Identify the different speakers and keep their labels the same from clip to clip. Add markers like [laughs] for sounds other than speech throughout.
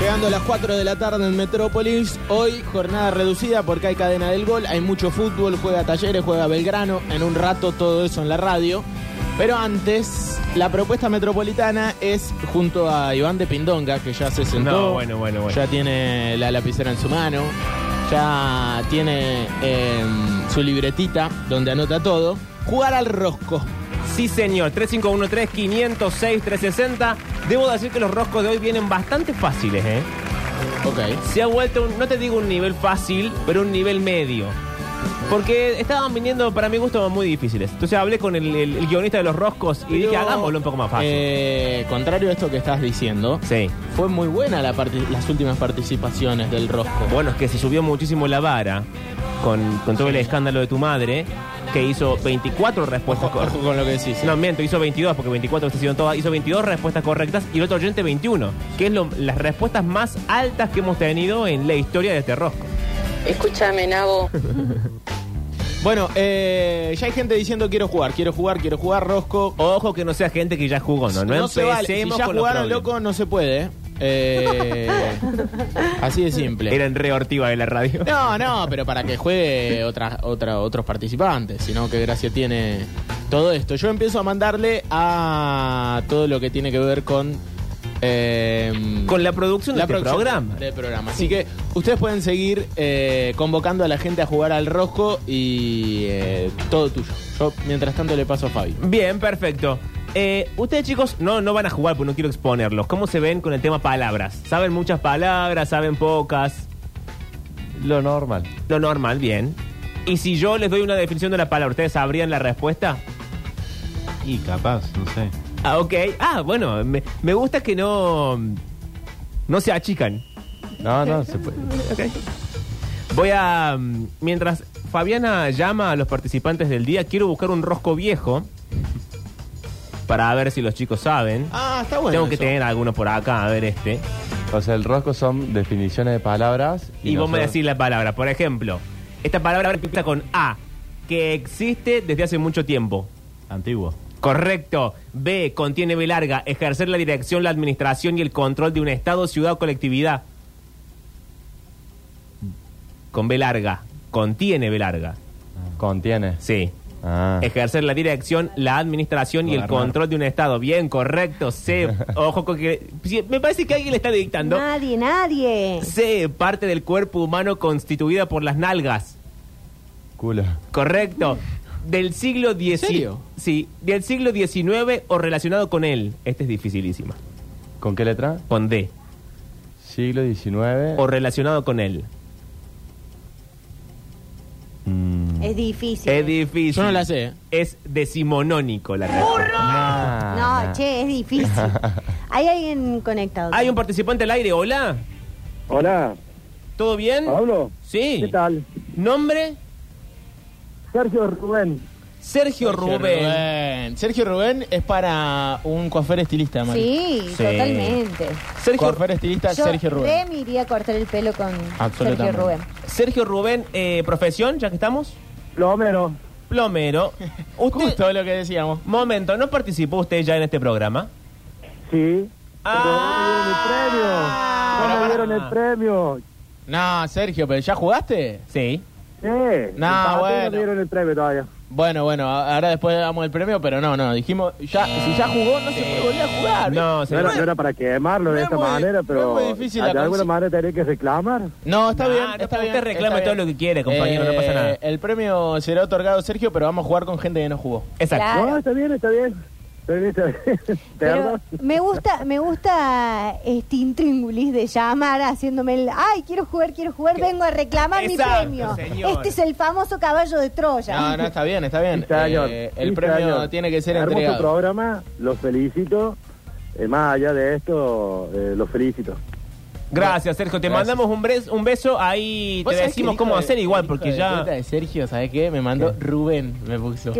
Speaker 1: llegando a las 4 de la tarde en Metrópolis. Hoy jornada reducida porque hay cadena del gol, hay mucho fútbol, juega Talleres, juega Belgrano, en un rato todo eso en la radio. Pero antes, la propuesta metropolitana es junto a Iván de Pindonga, que ya se sentó.
Speaker 2: No, bueno, bueno, bueno.
Speaker 1: Ya tiene la lapicera en su mano, ya tiene eh, su libretita donde anota todo. Jugar al rosco.
Speaker 2: Sí, señor. 3513-506-360. Debo decir que los roscos de hoy vienen bastante fáciles, ¿eh?
Speaker 1: Ok.
Speaker 2: Se ha vuelto, un- no te digo un nivel fácil, pero un nivel medio. Porque estaban viniendo, para mi gusto, muy difíciles. Entonces hablé con el, el- el guionista de los roscos y dije,
Speaker 1: Pero,
Speaker 2: hagámoslo un poco más fácil.
Speaker 1: eh, contrario a esto que estás diciendo,
Speaker 2: Sí.
Speaker 1: fue muy buena la parti- las últimas participaciones del rosco.
Speaker 2: Bueno, es que se subió muchísimo la vara con, con todo el escándalo de tu madre, que hizo 24 respuestas
Speaker 1: Ojo,
Speaker 2: correctas.
Speaker 1: ojo con lo que decís. eh.
Speaker 2: No, miento, hizo 22, porque 24 se hicieron todas. Hizo 22 respuestas correctas y el otro oyente 21, que es lo- las respuestas más altas que hemos tenido en la historia de este rosco.
Speaker 3: Escúchame, Nabo.
Speaker 1: Bueno, eh, ya hay gente diciendo quiero jugar, quiero jugar, quiero jugar, rosco.
Speaker 2: Ojo que no sea gente que ya jugó, no, no,
Speaker 1: se vale. Si
Speaker 2: empecemos
Speaker 1: ya
Speaker 2: con los
Speaker 1: jugaran,
Speaker 2: problemas.
Speaker 1: loco, no se puede. eh. [laughs] Eh, así de simple.
Speaker 2: Eran re hortiva de la radio.
Speaker 1: [laughs] No, no, pero para que juegue otra, otra, otros participantes, sino que gracia tiene todo esto. Yo empiezo a mandarle a todo lo que tiene que ver con... eh,
Speaker 2: Con la producción de este
Speaker 1: producción
Speaker 2: programa.
Speaker 1: del programa. Así que ustedes pueden seguir eh, convocando a la gente a jugar al rosco y eh, todo tuyo. Yo, mientras tanto, le paso a Fabi.
Speaker 2: Bien, perfecto. Eh, ustedes chicos no, no van a jugar porque no quiero exponerlos. ¿Cómo se ven con el tema palabras? ¿Saben muchas palabras? ¿Saben pocas?
Speaker 4: Lo normal.
Speaker 2: Lo normal, bien. Y si yo les doy una definición de la palabra, ¿ustedes sabrían la respuesta?
Speaker 4: Y capaz, no sé.
Speaker 2: Ah, ok. Ah, bueno, me, me gusta que no. No se achican.
Speaker 4: No, no, se puede.
Speaker 2: Voy a. mm, Mientras Fabiana llama a los participantes del día, quiero buscar un rosco viejo. Para ver si los chicos saben.
Speaker 1: Ah, está bueno.
Speaker 2: Tengo que
Speaker 1: eso.
Speaker 2: tener alguno por acá, a ver este.
Speaker 4: O sea, el rosco son definiciones de palabras.
Speaker 2: Y, vos me
Speaker 4: nosotros-
Speaker 2: decís la palabra. Por ejemplo, esta palabra empieza con A, que existe desde hace mucho tiempo.
Speaker 4: Antiguo.
Speaker 2: Correcto. B, contiene B larga, ejercer la dirección, la administración y el control de un Estado, ciudad o colectividad. Con B larga. Contiene B larga.
Speaker 4: Contiene.
Speaker 2: Sí.
Speaker 4: Ah.
Speaker 2: Ejercer la dirección, la administración y el
Speaker 4: Gobernar.
Speaker 2: control de un Estado. Bien, correcto.
Speaker 4: [laughs]
Speaker 2: C, ojo con que... Sí, Me parece que alguien le está dictando.
Speaker 5: Nadie, nadie.
Speaker 2: C, parte del cuerpo humano constituida por las nalgas.
Speaker 4: Culo.
Speaker 2: Correcto. Del siglo XIX.
Speaker 1: serio?
Speaker 2: Sí, del siglo XIX o relacionado con él. Este es dificilísima.
Speaker 4: ¿Con qué letra?
Speaker 2: Con D.
Speaker 4: Siglo XIX.
Speaker 1: Eh.
Speaker 2: O relacionado con él.
Speaker 4: Mm.
Speaker 5: Es difícil.
Speaker 2: Es difícil.
Speaker 1: Yo no la sé.
Speaker 2: Es decimonónico la respuesta.
Speaker 4: Ah, Nah.
Speaker 5: No, che, es difícil. Hay alguien conectado.
Speaker 2: Hay un participante al aire. Hola.
Speaker 6: Hola,
Speaker 2: ¿Todo bien?
Speaker 6: Pablo.
Speaker 2: Sí.
Speaker 6: ¿Qué tal?
Speaker 2: Nombre.
Speaker 6: Sergio Rubén.
Speaker 2: Sergio, Rubén.
Speaker 1: Rubén. Sergio Rubén es para un coafer estilista, Mari.
Speaker 5: Sí,
Speaker 2: Sí.
Speaker 5: totalmente.
Speaker 2: Sergio,
Speaker 1: Coafer estilista
Speaker 5: Yo
Speaker 1: Sergio Rubén.
Speaker 5: re me iría a cortar el pelo con
Speaker 1: Absolutamente.
Speaker 5: Sergio Rubén.
Speaker 2: Sergio Rubén, eh, profesión, ya que estamos.
Speaker 6: Plomero.
Speaker 1: [laughs]
Speaker 2: Plomero. Usted,
Speaker 1: Justo lo que decíamos.
Speaker 2: momento, ¿no participó usted ya en este programa?
Speaker 6: Sí.
Speaker 1: Ah.
Speaker 6: Pero
Speaker 2: Pero
Speaker 6: no me dieron
Speaker 2: para-
Speaker 6: el premio.
Speaker 1: No, Sergio, pero ¿ya jugaste?
Speaker 2: Sí.
Speaker 6: Sí.
Speaker 1: No,
Speaker 6: Empate,
Speaker 1: bueno.
Speaker 6: No me dieron el premio todavía.
Speaker 1: Bueno, bueno, a- ahora después damos el premio, pero no, no, dijimos, ya, si ya jugó, no se puede volver a jugar.
Speaker 2: No,
Speaker 6: No
Speaker 2: señor.
Speaker 6: era, no era para quemarlo
Speaker 1: no
Speaker 6: de
Speaker 1: es
Speaker 6: esta
Speaker 1: muy-
Speaker 6: manera,
Speaker 1: no
Speaker 6: pero
Speaker 1: es muy difícil la
Speaker 6: de alguna
Speaker 1: consi-
Speaker 6: manera tenía que reclamar.
Speaker 1: No, está
Speaker 2: Nah,
Speaker 1: bien.
Speaker 2: no,
Speaker 1: está
Speaker 2: usted
Speaker 1: bien,
Speaker 2: reclame
Speaker 1: está
Speaker 2: todo
Speaker 1: bien. Eh,
Speaker 2: lo que quiere, compañero, no pasa nada.
Speaker 1: El premio será otorgado, Sergio, pero vamos a jugar con gente que no jugó.
Speaker 2: Exacto.
Speaker 5: Claro.
Speaker 6: No, está bien, está bien. Está bien, está bien. [laughs]
Speaker 5: Pero
Speaker 6: Perdón.
Speaker 5: me gusta, me gusta este intríngulis de llamar haciéndome el ay quiero jugar, quiero jugar, vengo a reclamar
Speaker 2: Exacto,
Speaker 5: mi premio.
Speaker 2: señor.
Speaker 5: Este es el famoso caballo de Troya.
Speaker 1: No,
Speaker 5: [laughs]
Speaker 1: no, está bien, está bien.
Speaker 6: Sí, señor.
Speaker 1: Eh, el
Speaker 6: Sí,
Speaker 1: premio
Speaker 6: señor.
Speaker 1: tiene que ser
Speaker 6: Hermoso
Speaker 1: entregado.
Speaker 6: programa, los felicito. Eh, más allá de esto, eh, los felicito.
Speaker 2: Gracias, Sergio. Te
Speaker 1: Gracias.
Speaker 2: mandamos un, bres- un beso. Ahí
Speaker 1: ¿Vos
Speaker 2: te
Speaker 1: sabés
Speaker 2: decimos
Speaker 1: que
Speaker 2: cómo
Speaker 1: el hijo
Speaker 2: hacer
Speaker 1: de- el
Speaker 2: igual,
Speaker 1: hijo
Speaker 2: porque
Speaker 1: de
Speaker 2: ya.
Speaker 1: puta de Sergio, ¿sabes qué? Me mandó Rubén, me puso.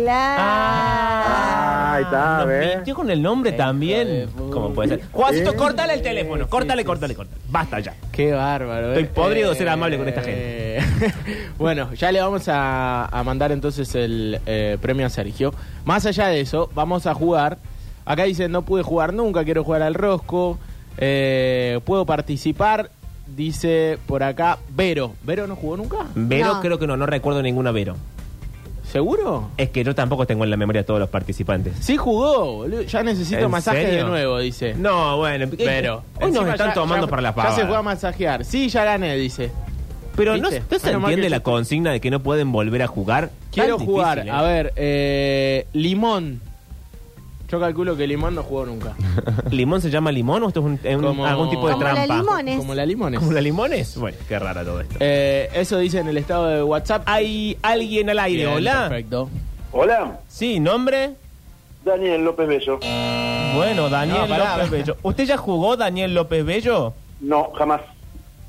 Speaker 5: Claro.
Speaker 6: Ah, Ahí está,
Speaker 2: Ah. Nos
Speaker 6: ¿ves?
Speaker 2: mintió con el nombre
Speaker 1: Hijo de
Speaker 2: también.
Speaker 1: puta.
Speaker 2: ¿Cómo puede ser? Juancito,
Speaker 6: Sí.
Speaker 2: córtale el teléfono.
Speaker 1: Sí,
Speaker 2: Córtale,
Speaker 1: sí,
Speaker 2: córtale,
Speaker 1: sí.
Speaker 2: córtale. Basta ya.
Speaker 1: Qué bárbaro.
Speaker 2: Estoy
Speaker 1: eh.
Speaker 2: podrido de ser amable con esta
Speaker 1: Eh,
Speaker 2: gente.
Speaker 1: [laughs] bueno, ya le vamos a, a mandar entonces el eh, premio a Sergio. Más allá de eso, vamos a jugar. Acá dice, no pude jugar nunca, quiero jugar al rosco. Eh, Puedo participar, dice por acá Vero. ¿Vero no jugó nunca?
Speaker 2: Vero
Speaker 5: No.
Speaker 2: creo que no, no recuerdo ninguna Vero.
Speaker 1: ¿Seguro?
Speaker 2: Es que yo tampoco tengo en la memoria a todos los participantes.
Speaker 1: Sí jugó, boludo. Ya necesito
Speaker 2: ¿En
Speaker 1: masaje de
Speaker 2: serio?
Speaker 1: nuevo, dice.
Speaker 2: No, bueno,
Speaker 1: Pero.
Speaker 2: Hoy nos
Speaker 1: encima
Speaker 2: están
Speaker 1: ya-
Speaker 2: tomando
Speaker 1: ya-
Speaker 2: para las
Speaker 1: Ya se fue a
Speaker 2: pavas.
Speaker 1: masajear. Sí, ya gané, dice.
Speaker 2: Pero no,
Speaker 1: ¿Viste?
Speaker 2: ¿no se
Speaker 1: Menos mal
Speaker 2: entiende
Speaker 1: que
Speaker 2: la
Speaker 1: yo-
Speaker 2: consigna de que no pueden volver a jugar.
Speaker 1: Quiero
Speaker 2: Tan
Speaker 1: jugar,
Speaker 2: difícil, ¿eh?
Speaker 1: a ver, eh, Limón. Yo calculo que Limón no jugó nunca.
Speaker 2: ¿Limón se llama limón o esto es un- es un-
Speaker 1: Como-
Speaker 2: algún tipo de
Speaker 5: Como la
Speaker 2: trampa?
Speaker 5: limón. Limones.
Speaker 1: Como la Limones.
Speaker 2: ¿Como la limones? Bueno, qué rara todo esto.
Speaker 1: Eh, eso dice en el estado de WhatsApp.
Speaker 2: Hay alguien al aire,
Speaker 1: Bien,
Speaker 2: hola.
Speaker 1: Perfecto.
Speaker 7: Hola,
Speaker 2: Sí, nombre.
Speaker 7: Daniel López Bello.
Speaker 2: Bueno, Daniel
Speaker 1: No, pará.
Speaker 2: López Bello. ¿Usted ya jugó Daniel López Bello?
Speaker 7: No, jamás.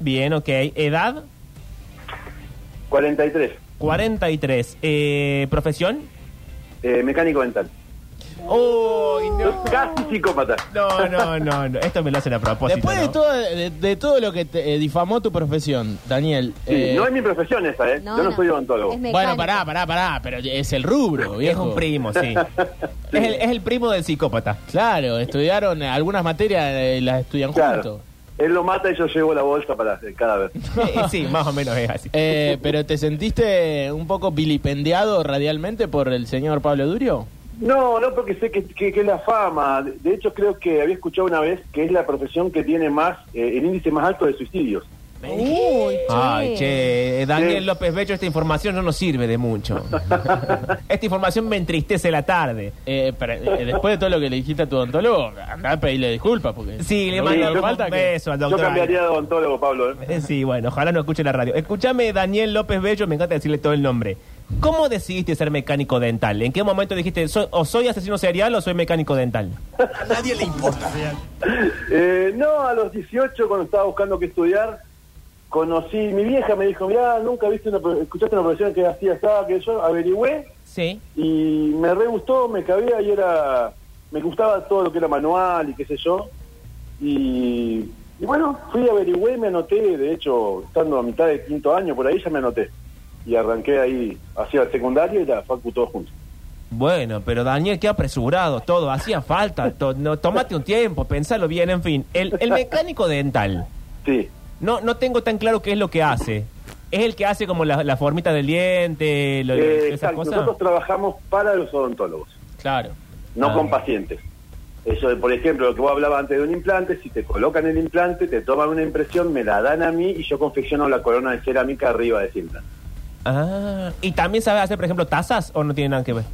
Speaker 2: Bien, ok. ¿Edad?
Speaker 7: 43.
Speaker 2: 43. Eh, ¿Profesión?
Speaker 7: Eh, mecánico dental.
Speaker 2: Uy, no.
Speaker 7: Casi psicópata.
Speaker 2: No, no, no, no. Esto me lo hacen a propósito.
Speaker 1: Después de
Speaker 2: ¿no?
Speaker 1: todo, de, de todo lo que te eh, difamó tu profesión, Daniel.
Speaker 7: Sí,
Speaker 1: eh,
Speaker 7: no es mi profesión esa, ¿eh?
Speaker 5: No,
Speaker 7: Yo no,
Speaker 5: no.
Speaker 7: soy odontólogo.
Speaker 5: Es me-
Speaker 1: bueno, pará, pará, pará, pero es el rubro,
Speaker 2: Es
Speaker 1: viejo.
Speaker 2: un
Speaker 1: [laughs]
Speaker 2: primo, sí. Es, el, es el primo del psicópata.
Speaker 1: Claro, estudiaron eh, algunas materias, eh, las estudian
Speaker 7: Claro.
Speaker 1: juntos.
Speaker 7: Él lo mata y yo llevo la bolsa para el cadáver.
Speaker 2: Eh, sí, más o menos es así.
Speaker 1: Eh, pero ¿te sentiste un poco vilipendiado radialmente por el señor Pablo Durio?
Speaker 7: No, no, porque sé que, que- que es la fama. De- De hecho, creo que había escuchado una vez que es la profesión que tiene más, eh, el índice más alto de suicidios.
Speaker 5: Uy,
Speaker 2: Ay, che, eh, Daniel
Speaker 7: Sí.
Speaker 2: López Bello, esta información no nos sirve de mucho. Esta información me entristece la tarde.
Speaker 1: Eh, para- eh, después de todo lo que le dijiste a tu odontólogo, andá a pedirle disculpas porque
Speaker 2: Sí, le
Speaker 1: no
Speaker 2: mando
Speaker 1: hizo
Speaker 2: un
Speaker 1: falta que-
Speaker 2: beso al
Speaker 7: Yo
Speaker 2: doctor.
Speaker 7: cambiaría de odontólogo, Pablo. ¿eh?
Speaker 2: Eh, Sí, bueno, ojalá no escuche la radio. Escúchame, Daniel López Bello, me encanta decirle todo el nombre. ¿Cómo decidiste ser mecánico dental? ¿En qué momento dijiste, "Soy- o soy asesino serial o soy mecánico dental?
Speaker 7: [laughs] Eh, no, a los 18, cuando estaba buscando qué estudiar, conocí, mi vieja me dijo, mirá, nunca viste una, pro- escuchaste una profesión que hacía estaba, que yo averigüé
Speaker 2: Sí.
Speaker 7: y me re gustó, me cabía y era, me gustaba todo lo que era manual y qué sé yo. Y, y bueno, fui, averigüé, me anoté, de hecho, estando a mitad de quinto año, por ahí ya me anoté. Y arranqué ahí hacia el secundario y la facu todos juntos.
Speaker 2: Bueno, pero Daniel, qué apresurado todo, hacía falta, to- no, tomate un tiempo, pensalo bien, en fin. El, el mecánico dental,
Speaker 7: Sí,
Speaker 2: no, no tengo tan claro qué es lo que hace. ¿Es el que hace como la, la formita del diente, lo-
Speaker 7: Eh,
Speaker 2: esas
Speaker 7: exacto,
Speaker 2: cosas?
Speaker 7: nosotros trabajamos para los odontólogos.
Speaker 1: claro.
Speaker 7: no
Speaker 2: Ah.
Speaker 7: con pacientes. Eso, de, por ejemplo, lo que vos hablabas antes de un implante, si te colocan el implante, te toman una impresión, me la dan a mí y yo confecciono la corona de cerámica arriba de ese implante.
Speaker 2: Ah, ¿y también sabe hacer, por ejemplo, tazas o no tiene nada que ver?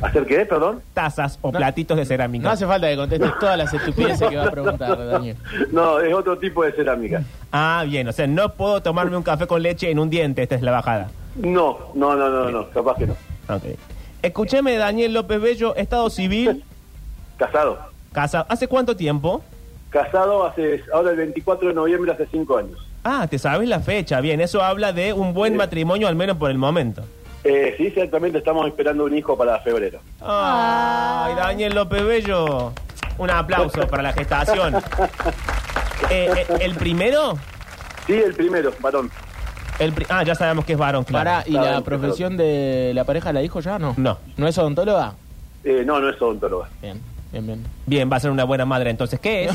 Speaker 7: ¿Hacer qué, perdón?
Speaker 2: Tazas o
Speaker 1: No.
Speaker 2: platitos de cerámica.
Speaker 1: No hace falta que contestes todas las estupideces que [laughs] va a preguntar, Daniel.
Speaker 7: No, es otro tipo de cerámica.
Speaker 2: Ah, bien, o sea, no puedo tomarme un café con leche en un diente, esta es la bajada.
Speaker 7: No, no, no, no, no, capaz que no.
Speaker 2: Ok. Escúcheme, Daniel López Bello, Estado Civil,
Speaker 7: Casado.
Speaker 2: casa. ¿Hace cuánto tiempo?
Speaker 7: Casado hace, ahora el 24 de noviembre, hace cinco años.
Speaker 2: Ah, te sabes la fecha, bien, eso habla de un buen
Speaker 7: Sí.
Speaker 2: matrimonio, al menos por el momento.
Speaker 7: Eh, sí, ciertamente estamos esperando un hijo para febrero.
Speaker 2: Ay, Daniel López Bello, un aplauso para la gestación. Eh, eh, ¿El primero?
Speaker 7: Sí, el primero, varón.
Speaker 2: El pri- ah, ya sabemos que es varón,
Speaker 1: Pará,
Speaker 2: claro.
Speaker 1: ¿y la profesión de la pareja la dijo ya? No.
Speaker 2: No.
Speaker 1: ¿No es odontóloga?
Speaker 7: Eh, no, no es odontóloga.
Speaker 1: Bien, bien, [laughs] bien.
Speaker 2: Bien, va a ser una buena madre, entonces, ¿qué es?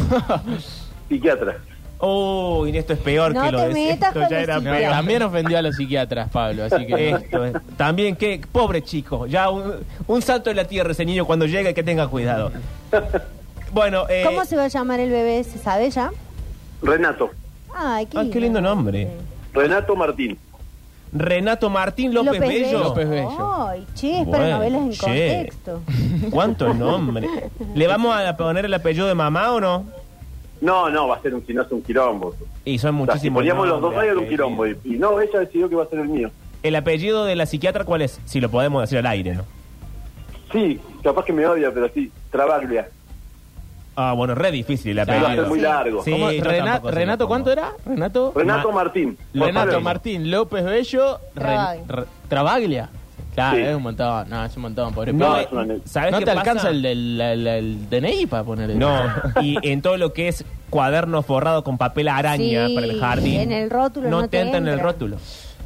Speaker 7: Psiquiatra.
Speaker 2: [laughs] Uy, esto es peor
Speaker 5: No
Speaker 2: que lo
Speaker 5: te
Speaker 2: de
Speaker 5: metas
Speaker 2: esto
Speaker 5: con
Speaker 2: ya
Speaker 5: los
Speaker 2: era
Speaker 1: No,
Speaker 5: psiquiatras. [laughs]
Speaker 2: peor.
Speaker 1: también ofendió a los psiquiatras, Pablo, así [laughs] que...
Speaker 2: Esto es- También que pobre chico, ya un, un salto de la tierra ese niño cuando llega y que tenga cuidado. Bueno, eh,
Speaker 5: ¿Cómo se va a llamar el bebé? ¿Se sabe ya?
Speaker 7: Renato.
Speaker 5: Ay, qué
Speaker 2: Ah, qué lindo nombre.
Speaker 7: Renato Martín.
Speaker 2: Renato Martín López, Bello.
Speaker 1: López Bello.
Speaker 5: Ay, che, es
Speaker 2: Bueno,
Speaker 5: para novelas en
Speaker 2: che.
Speaker 5: contexto.
Speaker 2: ¿Cuánto nombre? ¿Le vamos a poner el apellido de mamá o no?
Speaker 7: No, no, va a ser un, si no es un quilombo.
Speaker 2: Y son
Speaker 7: O sea,
Speaker 2: muchísimos.
Speaker 7: si poníamos los dos
Speaker 2: nombres,
Speaker 7: ahí era un
Speaker 2: apellido.
Speaker 7: quilombo. Y, y no, ella decidió que va a ser el mío.
Speaker 2: ¿El apellido de la psiquiatra cuál es? Si lo podemos decir al aire, ¿no?
Speaker 7: Sí, capaz que me odia, pero sí, Travaglia.
Speaker 2: Ah, bueno, re difícil el
Speaker 7: Va a ser
Speaker 2: apellido.
Speaker 7: muy largo.
Speaker 2: Sí,
Speaker 1: ¿Cómo?
Speaker 2: yo
Speaker 1: Rena-
Speaker 2: tampoco sé
Speaker 1: Renato,
Speaker 2: cómo.
Speaker 1: ¿cuánto era? Renato.
Speaker 7: Renato
Speaker 2: Ma-
Speaker 7: Martín.
Speaker 1: Renato
Speaker 2: Trabaglia.
Speaker 1: Martín López Bello. Ren-
Speaker 5: Travaglia.
Speaker 1: Re- Travaglia. Claro,
Speaker 7: Sí.
Speaker 1: es un montón. No, es un montón, pobre.
Speaker 2: No,
Speaker 7: No,
Speaker 1: Pablo.
Speaker 7: es una anécdota.
Speaker 2: ¿sabes
Speaker 1: no
Speaker 2: qué
Speaker 1: te
Speaker 2: pasa?
Speaker 1: alcanza el, del el- el DNI para poner el...
Speaker 2: No,
Speaker 1: [laughs]
Speaker 2: y en todo lo que es cuaderno forrado con papel araña
Speaker 5: Sí,
Speaker 2: para el jardín.
Speaker 5: en el rótulo no te
Speaker 2: te entra en el
Speaker 5: entra.
Speaker 2: rótulo.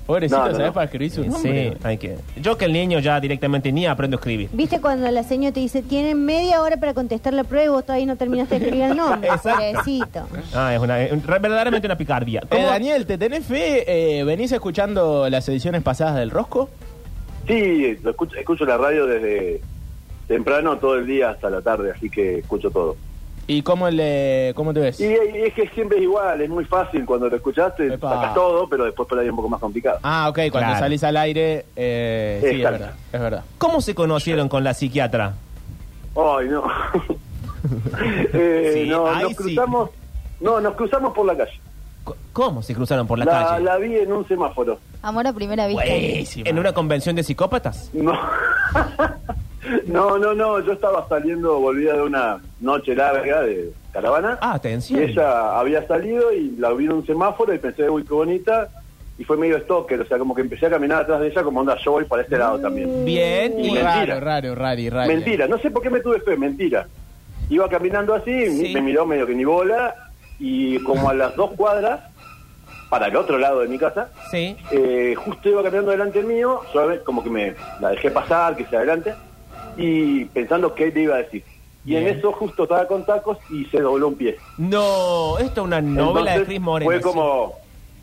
Speaker 1: Pobrecito,
Speaker 7: No, no,
Speaker 1: ¿sabes
Speaker 7: no.
Speaker 1: para escribir su
Speaker 2: Sí,
Speaker 1: nombre?
Speaker 2: hay que. Yo que el niño ya directamente ni aprendo a escribir.
Speaker 5: ¿Viste cuando la señora te dice, tienen media hora para contestar la prueba y vos todavía no terminaste de escribir el nombre?
Speaker 2: [laughs] Exacto.
Speaker 5: Pobrecito.
Speaker 2: Ah, es una, es verdaderamente una picardía.
Speaker 1: Eh,
Speaker 2: ¿Cómo?
Speaker 1: Daniel, ¿te tenés fe? Eh, ¿Venís escuchando las ediciones pasadas del Rosco?
Speaker 7: Sí, lo escucho, escucho la radio desde temprano, todo el día hasta la tarde, así que escucho todo.
Speaker 1: ¿Y cómo, le, cómo te ves?
Speaker 7: Y, y es que siempre es igual, es muy fácil cuando lo escuchaste,
Speaker 1: Epa.
Speaker 7: sacas todo, pero después por ahí es un poco más complicado.
Speaker 1: Ah, ok, cuando
Speaker 2: Claro.
Speaker 1: salís al aire. eh, sí, es
Speaker 7: Exacto.
Speaker 1: verdad, es verdad.
Speaker 2: ¿Cómo se conocieron con la psiquiatra?
Speaker 7: Ay, no. [laughs] Eh,
Speaker 2: Sí,
Speaker 7: no,
Speaker 2: ahí
Speaker 7: nos
Speaker 2: sí.
Speaker 7: cruzamos, no, nos cruzamos por la calle.
Speaker 2: Co- ¿Cómo se cruzaron por la,
Speaker 7: La,
Speaker 2: calle?
Speaker 7: la vi en un semáforo.
Speaker 8: Amor a primera vista.
Speaker 2: Buenísima. ¿En una convención de psicópatas?
Speaker 7: No. [laughs] no, no, no, yo estaba saliendo, volvía de una noche larga de caravana.
Speaker 2: Ah,
Speaker 7: Y
Speaker 2: atención.
Speaker 7: ella había salido y la vi en un semáforo y pensé, uy, qué bonita. Y fue medio stalker, o sea, como que empecé a caminar atrás de ella como onda, yo voy para este lado también.
Speaker 2: Mm. Bien.
Speaker 7: Y
Speaker 2: y-
Speaker 7: mentira.
Speaker 1: raro, raro, raro, raro.
Speaker 7: Mentira, no sé por qué me tuve fe, mentira. Iba caminando así,
Speaker 2: Sí.
Speaker 7: me miró medio que ni bola y como a las dos cuadras, para el otro lado de mi casa,
Speaker 2: Sí.
Speaker 7: eh, justo iba caminando delante mío, suave, como que me la dejé pasar, que se adelante, y pensando qué le iba a decir. Y en eso justo estaba con tacos y se dobló un pie.
Speaker 2: No, esto es una novela de
Speaker 7: Entonces,
Speaker 2: Cris Moreno.
Speaker 7: Fue como,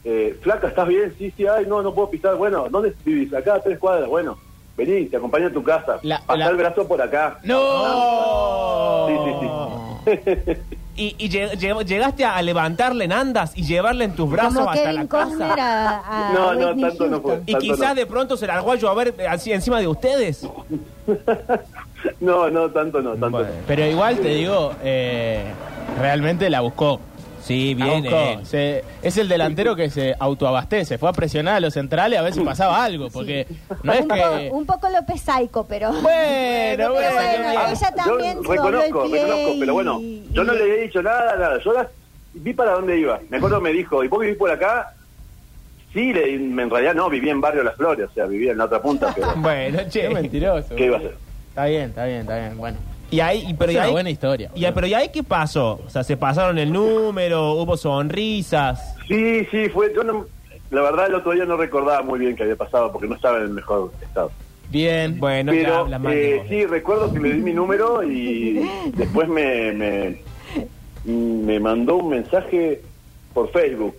Speaker 7: eh, flaca, ¿estás bien? Sí, sí, ay, no, no puedo pisar. Bueno, ¿dónde vivís? Acá, a tres cuadras. Bueno, vení, te acompaño a tu casa.
Speaker 1: La-
Speaker 7: Pasá
Speaker 1: la-
Speaker 7: el brazo por acá.
Speaker 1: ¡No!
Speaker 7: Sí, sí,
Speaker 2: Y, y lle- lle- llegaste a levantarle en andas y llevarle en tus brazos
Speaker 5: Como
Speaker 2: hasta
Speaker 5: Kevin
Speaker 2: la
Speaker 5: Costner
Speaker 2: casa.
Speaker 5: a, a
Speaker 7: No, no,
Speaker 5: Whitney
Speaker 7: tanto no
Speaker 5: Houston.
Speaker 7: fue.
Speaker 2: Y
Speaker 7: Tanto
Speaker 2: quizás
Speaker 7: no.
Speaker 2: de pronto se largó a llover eh, así encima de ustedes.
Speaker 7: [laughs] No, no, tanto no, tanto
Speaker 2: Bueno.
Speaker 7: no.
Speaker 1: Pero igual te digo, eh, realmente la buscó.
Speaker 2: Sí,
Speaker 1: La
Speaker 2: bien.
Speaker 1: buscó.
Speaker 2: eh.
Speaker 1: Se- es el delantero que se autoabastece. Fue a presionar a los centrales a ver si pasaba algo. Porque no es
Speaker 5: un,
Speaker 1: que.
Speaker 7: [laughs]
Speaker 1: [laughs]
Speaker 5: poco, un poco López Saico, pero.
Speaker 1: Bueno,
Speaker 5: Pero
Speaker 1: bueno,
Speaker 5: bueno,
Speaker 1: bien.
Speaker 5: ella también
Speaker 7: yo
Speaker 5: se dobló el
Speaker 7: reconozco,
Speaker 5: pie
Speaker 7: reconozco, pero bueno,
Speaker 5: y-
Speaker 7: yo no
Speaker 5: y-
Speaker 7: le había dicho nada, nada. Yo las- vi para dónde iba. Me acuerdo me dijo, ¿y vos vivís por acá? Sí, le- en realidad no, vivía en Barrio Las Flores, o sea, vivía en la otra punta,
Speaker 2: [laughs]
Speaker 7: pero
Speaker 2: Bueno,
Speaker 1: Qué
Speaker 2: che.
Speaker 1: mentiroso.
Speaker 7: ¿qué iba a hacer?
Speaker 1: Está bien, está bien, está bien. Bueno.
Speaker 2: Y ahí, y- pero
Speaker 1: es
Speaker 2: y
Speaker 1: una
Speaker 2: ahí-
Speaker 1: buena historia.
Speaker 2: y ahí- pero ¿y ahí qué pasó? O sea, se pasaron el número, hubo sonrisas.
Speaker 7: Sí, sí, fue. Yo no, la verdad, el otro día no recordaba muy bien qué había pasado porque no estaba en el mejor estado.
Speaker 1: Bien.
Speaker 2: Bueno, ya
Speaker 7: Pero
Speaker 2: habla mal.
Speaker 7: eh,
Speaker 2: de vos.
Speaker 7: sí, recuerdo que le di mi número y después me, me, me mandó un mensaje por Facebook.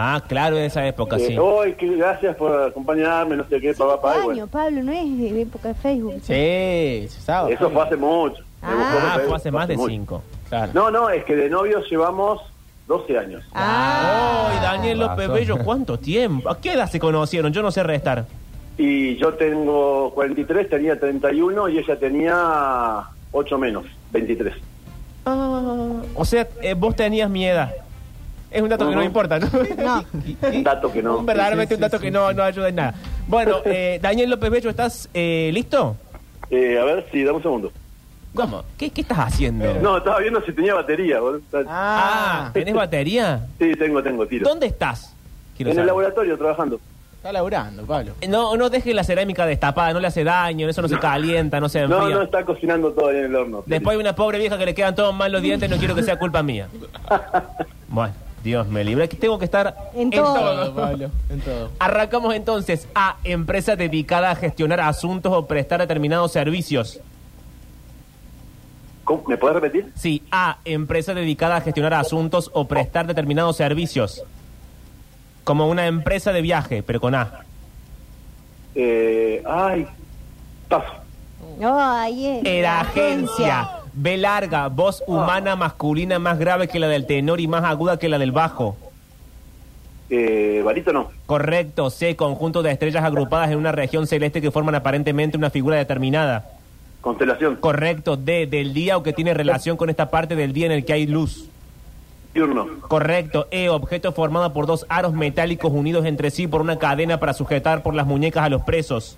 Speaker 2: Ah, claro, en esa época,
Speaker 7: Eh,
Speaker 2: sí.
Speaker 7: "Ay, que gracias por acompañarme, no sé qué, papá, papá. y
Speaker 5: año,
Speaker 7: bueno,
Speaker 5: Pablo, no es de época de Facebook.
Speaker 1: Sí, se sabe.
Speaker 7: eso fue hace mucho. Me
Speaker 5: Ah.
Speaker 7: buscó por
Speaker 2: Ah,
Speaker 7: Facebook,
Speaker 2: fue hace más de
Speaker 7: mucho.
Speaker 2: cinco.
Speaker 1: Claro.
Speaker 7: No, no, es que de novios llevamos 12 años.
Speaker 5: Ah.
Speaker 2: Ay, Daniel López
Speaker 4: Razón.
Speaker 2: Bello, ¿cuánto tiempo? ¿A qué edad se conocieron? Yo no sé restar.
Speaker 7: Y yo tengo 43, tenía 31 y ella tenía 8 menos, 23.
Speaker 5: Ah.
Speaker 2: O sea, eh, vos tenías mi edad. Es un dato que no
Speaker 7: Ujú.
Speaker 2: importa, ¿no? [laughs]
Speaker 5: No.
Speaker 7: Un dato que no.
Speaker 2: Un verdaderamente un dato que no, no ayuda en nada. Bueno, eh, Daniel López Bello, ¿estás eh, listo?
Speaker 7: Eh, a ver, sí, dame un segundo.
Speaker 2: ¿Cómo? ¿Qué, qué estás haciendo?
Speaker 7: No, estaba viendo si tenía batería. boludo.
Speaker 2: Ah,
Speaker 1: Ah,
Speaker 2: ¿tenés batería?
Speaker 7: Sí, tengo, tengo, tiro.
Speaker 2: ¿Dónde estás? Quiero
Speaker 7: En el
Speaker 2: saber.
Speaker 7: laboratorio trabajando.
Speaker 1: está laburando, Pablo.
Speaker 2: No, no dejes la cerámica destapada, no le hace daño, eso no se calienta, no se enfría.
Speaker 7: No, no, está cocinando todo ahí en el horno.
Speaker 2: Después hay una pobre vieja que le quedan todos mal los dientes, no quiero que sea culpa [laughs] mía. Bueno, Dios me libre, que tengo que estar
Speaker 5: En todo.
Speaker 1: Todo, Ah, Pablo, en todo.
Speaker 2: Arrancamos entonces a empresa dedicada a gestionar asuntos o prestar determinados servicios.
Speaker 7: ¿Cómo? ¿Me puedes repetir?
Speaker 2: Sí, a empresa dedicada a gestionar asuntos o prestar determinados servicios. Como una empresa de viaje, pero con A.
Speaker 7: Eh, ay, paso.
Speaker 5: No, ahí es.
Speaker 2: Era agencia. Oh. B larga, voz humana masculina más grave que la del tenor y más aguda que la del bajo.
Speaker 7: Eh, barítono.
Speaker 2: Correcto, C, conjunto de estrellas agrupadas en una región celeste que forman aparentemente una figura determinada.
Speaker 7: Constelación.
Speaker 2: Correcto, D, del día o que tiene relación con esta parte del día en el que hay luz.
Speaker 7: Diurno.
Speaker 2: Correcto, E, objeto formado por dos aros metálicos unidos entre sí por una cadena para sujetar por las muñecas a los presos.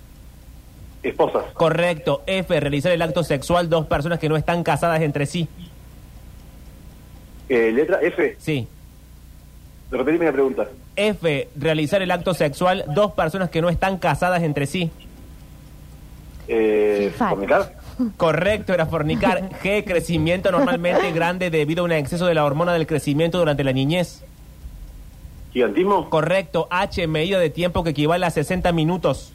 Speaker 7: Esposas.
Speaker 2: Correcto, F, realizar el acto sexual dos personas que no están casadas entre sí.
Speaker 7: Eh, letra F.
Speaker 2: Sí.
Speaker 7: Repetime la pregunta.
Speaker 2: F, realizar el acto sexual dos personas que no están casadas entre sí.
Speaker 7: Eh,
Speaker 5: Fifal.
Speaker 7: ¿Fornicar?
Speaker 2: Correcto, era fornicar. G, crecimiento normalmente grande debido a un exceso de la hormona del crecimiento durante la niñez.
Speaker 7: ¿Gigantismo?
Speaker 2: Correcto, H medida de tiempo que equivale a 60 minutos.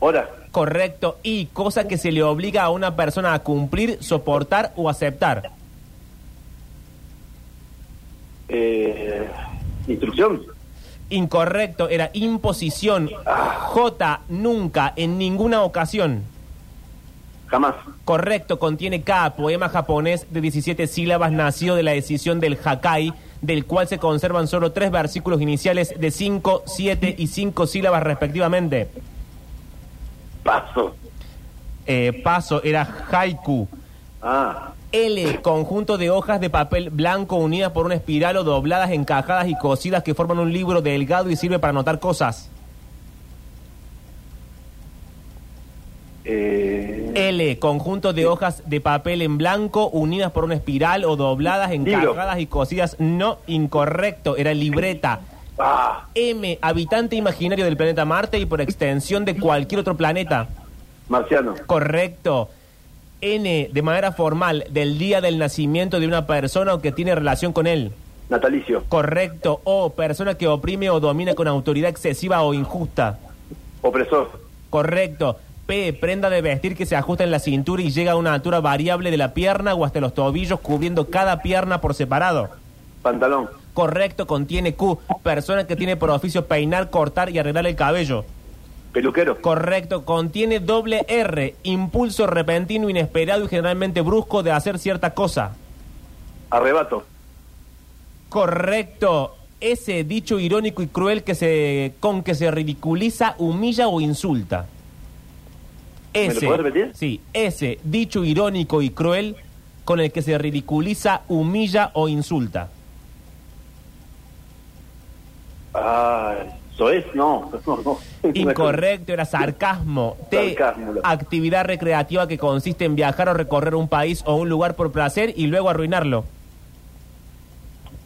Speaker 7: Hora.
Speaker 2: Correcto, y cosa que se le obliga a una persona a cumplir, soportar o aceptar.
Speaker 7: Eh, ¿Instrucción?
Speaker 2: Incorrecto, era imposición. J, nunca, en ninguna ocasión.
Speaker 7: Jamás.
Speaker 2: Correcto, contiene K, poema japonés de 17 sílabas nacido de la decisión del Hakai, del cual se conservan solo tres versículos iniciales de 5, 7 y 5 sílabas respectivamente.
Speaker 7: Paso.
Speaker 2: Eh, paso era haiku.
Speaker 7: Ah,
Speaker 2: L, conjunto de hojas de papel blanco unidas por una espiral o dobladas, encajadas y cosidas que forman un libro delgado y sirve para anotar cosas.
Speaker 7: eh,
Speaker 2: L, conjunto de hojas de papel en blanco unidas por una espiral o dobladas,
Speaker 7: Libro.
Speaker 2: encajadas y cosidas. No, incorrecto, era libreta.
Speaker 7: ah,
Speaker 2: M, habitante imaginario del planeta Marte y por extensión de cualquier otro planeta.
Speaker 7: marciano.
Speaker 2: Correcto. N, de manera formal, del día del nacimiento de una persona o que tiene relación con él.
Speaker 7: Natalicio.
Speaker 2: Correcto. O, persona que oprime o domina con autoridad excesiva o injusta.
Speaker 7: Opresor.
Speaker 2: Correcto. P, prenda de vestir que se ajusta en la cintura y llega a una altura variable de la pierna o hasta los tobillos, cubriendo cada pierna por separado.
Speaker 7: Pantalón.
Speaker 2: Correcto, contiene Q, persona que tiene por oficio peinar, cortar y arreglar el cabello.
Speaker 7: Peluquero.
Speaker 2: Correcto, contiene doble R, impulso repentino, inesperado y generalmente brusco de hacer cierta cosa.
Speaker 7: Arrebato.
Speaker 2: Correcto, ese dicho irónico y cruel que se, con que se ridiculiza, humilla o insulta.
Speaker 7: ¿Me lo
Speaker 2: Ese,
Speaker 7: puedes repetir?
Speaker 2: sí, ese dicho irónico y cruel con el que se ridiculiza, humilla o
Speaker 7: [laughs]
Speaker 2: insulta.
Speaker 7: Ay, soez, Ah, no, [laughs] no, no.
Speaker 2: Incorrecto, era sarcasmo. T,
Speaker 7: Sarcasmo.
Speaker 2: actividad recreativa que consiste en viajar o recorrer un país o un lugar por placer y luego arruinarlo.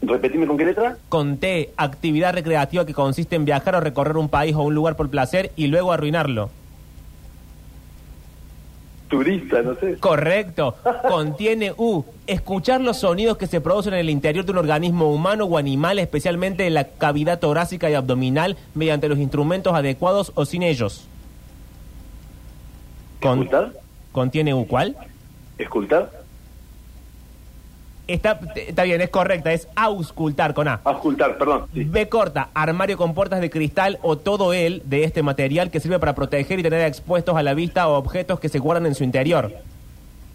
Speaker 7: Repetime con qué letra.
Speaker 2: Con T, actividad recreativa que consiste en viajar o recorrer un país o un lugar por placer y luego arruinarlo.
Speaker 7: Turista, no sé.
Speaker 2: Correcto. Contiene U, escuchar los sonidos que se producen en el interior de un organismo humano o animal, especialmente en la cavidad torácica y abdominal, mediante los instrumentos adecuados o sin ellos. Con-
Speaker 7: ¿Escultar?
Speaker 2: contiene U, ¿cuál?
Speaker 7: ¿Escultar?
Speaker 2: Está, está bien, es correcta, es auscultar con A.
Speaker 7: Auscultar, perdón. Sí.
Speaker 2: B corta, armario con puertas de cristal o todo él de este material que sirve para proteger y tener expuestos a la vista objetos que se guardan en su interior.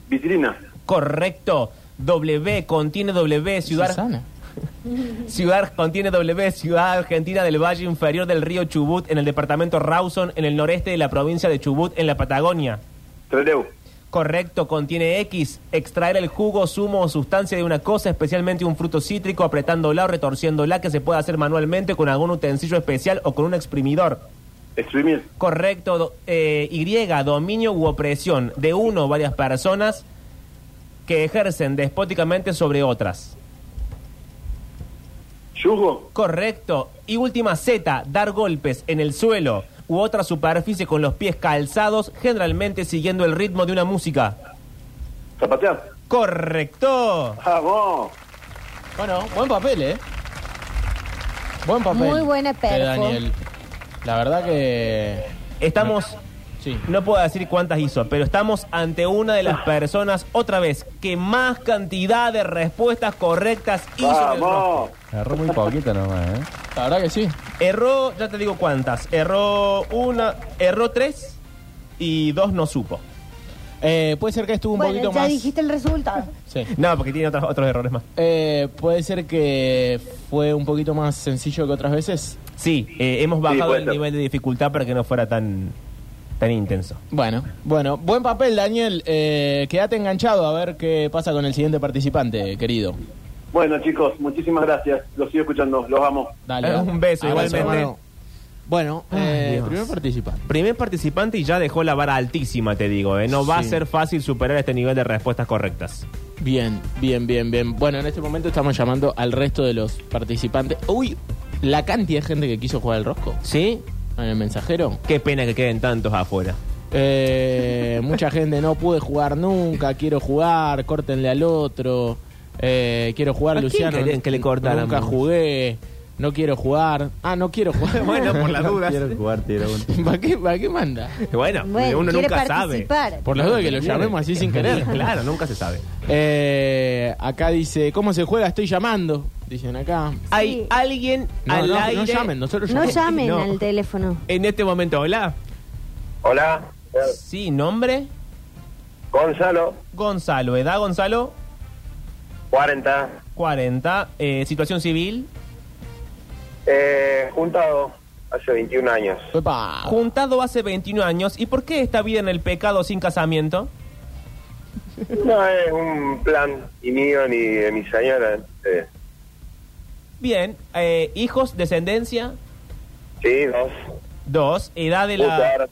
Speaker 7: Vitrina.
Speaker 2: Correcto. W contiene W, ciudad,
Speaker 1: Susana.
Speaker 2: ciudad contiene W, ciudad argentina del valle inferior del río Chubut en el departamento Rawson en el noreste de la provincia de Chubut en la Patagonia.
Speaker 7: Treleu.
Speaker 2: Correcto, contiene X, extraer el jugo, zumo o sustancia de una cosa, especialmente un fruto cítrico, apretándola o retorciéndola, que se puede hacer manualmente con algún utensilio especial o con un exprimidor.
Speaker 7: Exprimir.
Speaker 2: Correcto, do- eh, Y, dominio u opresión de uno o varias personas que ejercen despóticamente sobre otras.
Speaker 7: Yugo.
Speaker 2: Correcto. Y última Z, dar golpes en el suelo u otra superficie con los pies calzados, generalmente siguiendo el ritmo de una música.
Speaker 7: Zapatear.
Speaker 2: Correcto.
Speaker 7: Vamos.
Speaker 1: Bueno, buen papel, ¿eh? Buen papel.
Speaker 5: Muy buena
Speaker 1: de
Speaker 5: perfo.
Speaker 1: Daniel. La verdad que...
Speaker 2: Estamos,
Speaker 1: Sí.
Speaker 2: no puedo decir cuántas hizo, pero estamos ante una de las personas, otra vez, que más cantidad de respuestas correctas hizo. en el roster.
Speaker 7: Vamos.
Speaker 4: Agarró muy poquito nomás, ¿eh?
Speaker 1: La verdad que sí.
Speaker 2: Erró, ya te digo cuántas. Erró una, erró tres y dos no supo.
Speaker 1: Eh, puede ser que estuvo un
Speaker 5: bueno,
Speaker 1: poquito
Speaker 5: ya
Speaker 1: más...
Speaker 5: dijiste el resultado.
Speaker 1: Sí.
Speaker 2: No, porque tiene otros, otros errores más.
Speaker 1: Eh, puede ser que fue un poquito más sencillo que otras veces.
Speaker 2: Sí, eh, hemos bajado
Speaker 7: puede
Speaker 2: el
Speaker 7: ser.
Speaker 2: nivel de dificultad para que no fuera tan, tan intenso.
Speaker 1: Bueno, bueno, buen papel, Daniel. Eh, quédate enganchado a ver qué pasa con el siguiente participante, querido.
Speaker 7: Bueno, chicos, muchísimas gracias. Los sigo escuchando. Los amo.
Speaker 1: Dale.
Speaker 2: Eh, un beso,
Speaker 1: Abrazo,
Speaker 2: igualmente.
Speaker 1: hermano. Bueno,
Speaker 2: Ay,
Speaker 1: eh,
Speaker 2: Dios.
Speaker 1: primer participante.
Speaker 2: Primer participante y ya dejó la vara altísima, te digo. eh. No va a
Speaker 1: Sí.
Speaker 2: ser fácil superar este nivel de respuestas correctas.
Speaker 1: Bien, bien, bien, bien. Bueno, en este momento estamos llamando al resto de los participantes. Uy, la cantidad de gente que quiso jugar al rosco
Speaker 2: ¿Sí?
Speaker 1: en el mensajero.
Speaker 2: Qué pena que queden tantos afuera. [laughs]
Speaker 1: Eh, mucha gente no pude jugar nunca, quiero jugar, córtenle al otro. Eh, quiero jugar,
Speaker 2: ¿A quién
Speaker 1: Luciano.
Speaker 2: querían que le cortáramos?
Speaker 1: Nunca jugué. No quiero jugar. Ah, no quiero
Speaker 2: [laughs]
Speaker 1: jugar.
Speaker 2: [laughs] Bueno, por las dudas.
Speaker 4: Quiero jugar tiro uno.
Speaker 1: ¿Para qué, ¿Para qué manda?
Speaker 2: Bueno,
Speaker 5: Bueno,
Speaker 2: uno
Speaker 5: quiere
Speaker 2: nunca sabe.
Speaker 5: participar.
Speaker 1: Por las dudas que lo llamemos así sin querer.
Speaker 2: [laughs] Claro, nunca se sabe.
Speaker 1: Eh, acá dice, ¿cómo se juega? Estoy llamando. Dicen acá.
Speaker 2: Hay alguien
Speaker 1: No,
Speaker 2: al
Speaker 1: no, no
Speaker 2: aire.
Speaker 1: llamen, nosotros
Speaker 5: No
Speaker 1: llamamos.
Speaker 5: llamen
Speaker 2: No.
Speaker 5: al teléfono.
Speaker 2: En este momento, hola.
Speaker 6: Hola,
Speaker 2: Sí, nombre.
Speaker 6: Gonzalo,
Speaker 2: Gonzalo, edad Gonzalo,
Speaker 6: 40,
Speaker 2: 40. Eh, situación civil.
Speaker 6: Eh, juntado hace 21 años.
Speaker 1: Epa.
Speaker 2: Juntado hace 21 años. ¿Y por qué esta vida en el pecado sin casamiento?
Speaker 6: No es un plan ni mío ni de mi señora. eh,
Speaker 2: Bien, eh, hijos, descendencia.
Speaker 6: sí, dos.
Speaker 2: Dos, edad de
Speaker 6: Justo,
Speaker 2: la...
Speaker 6: ahora,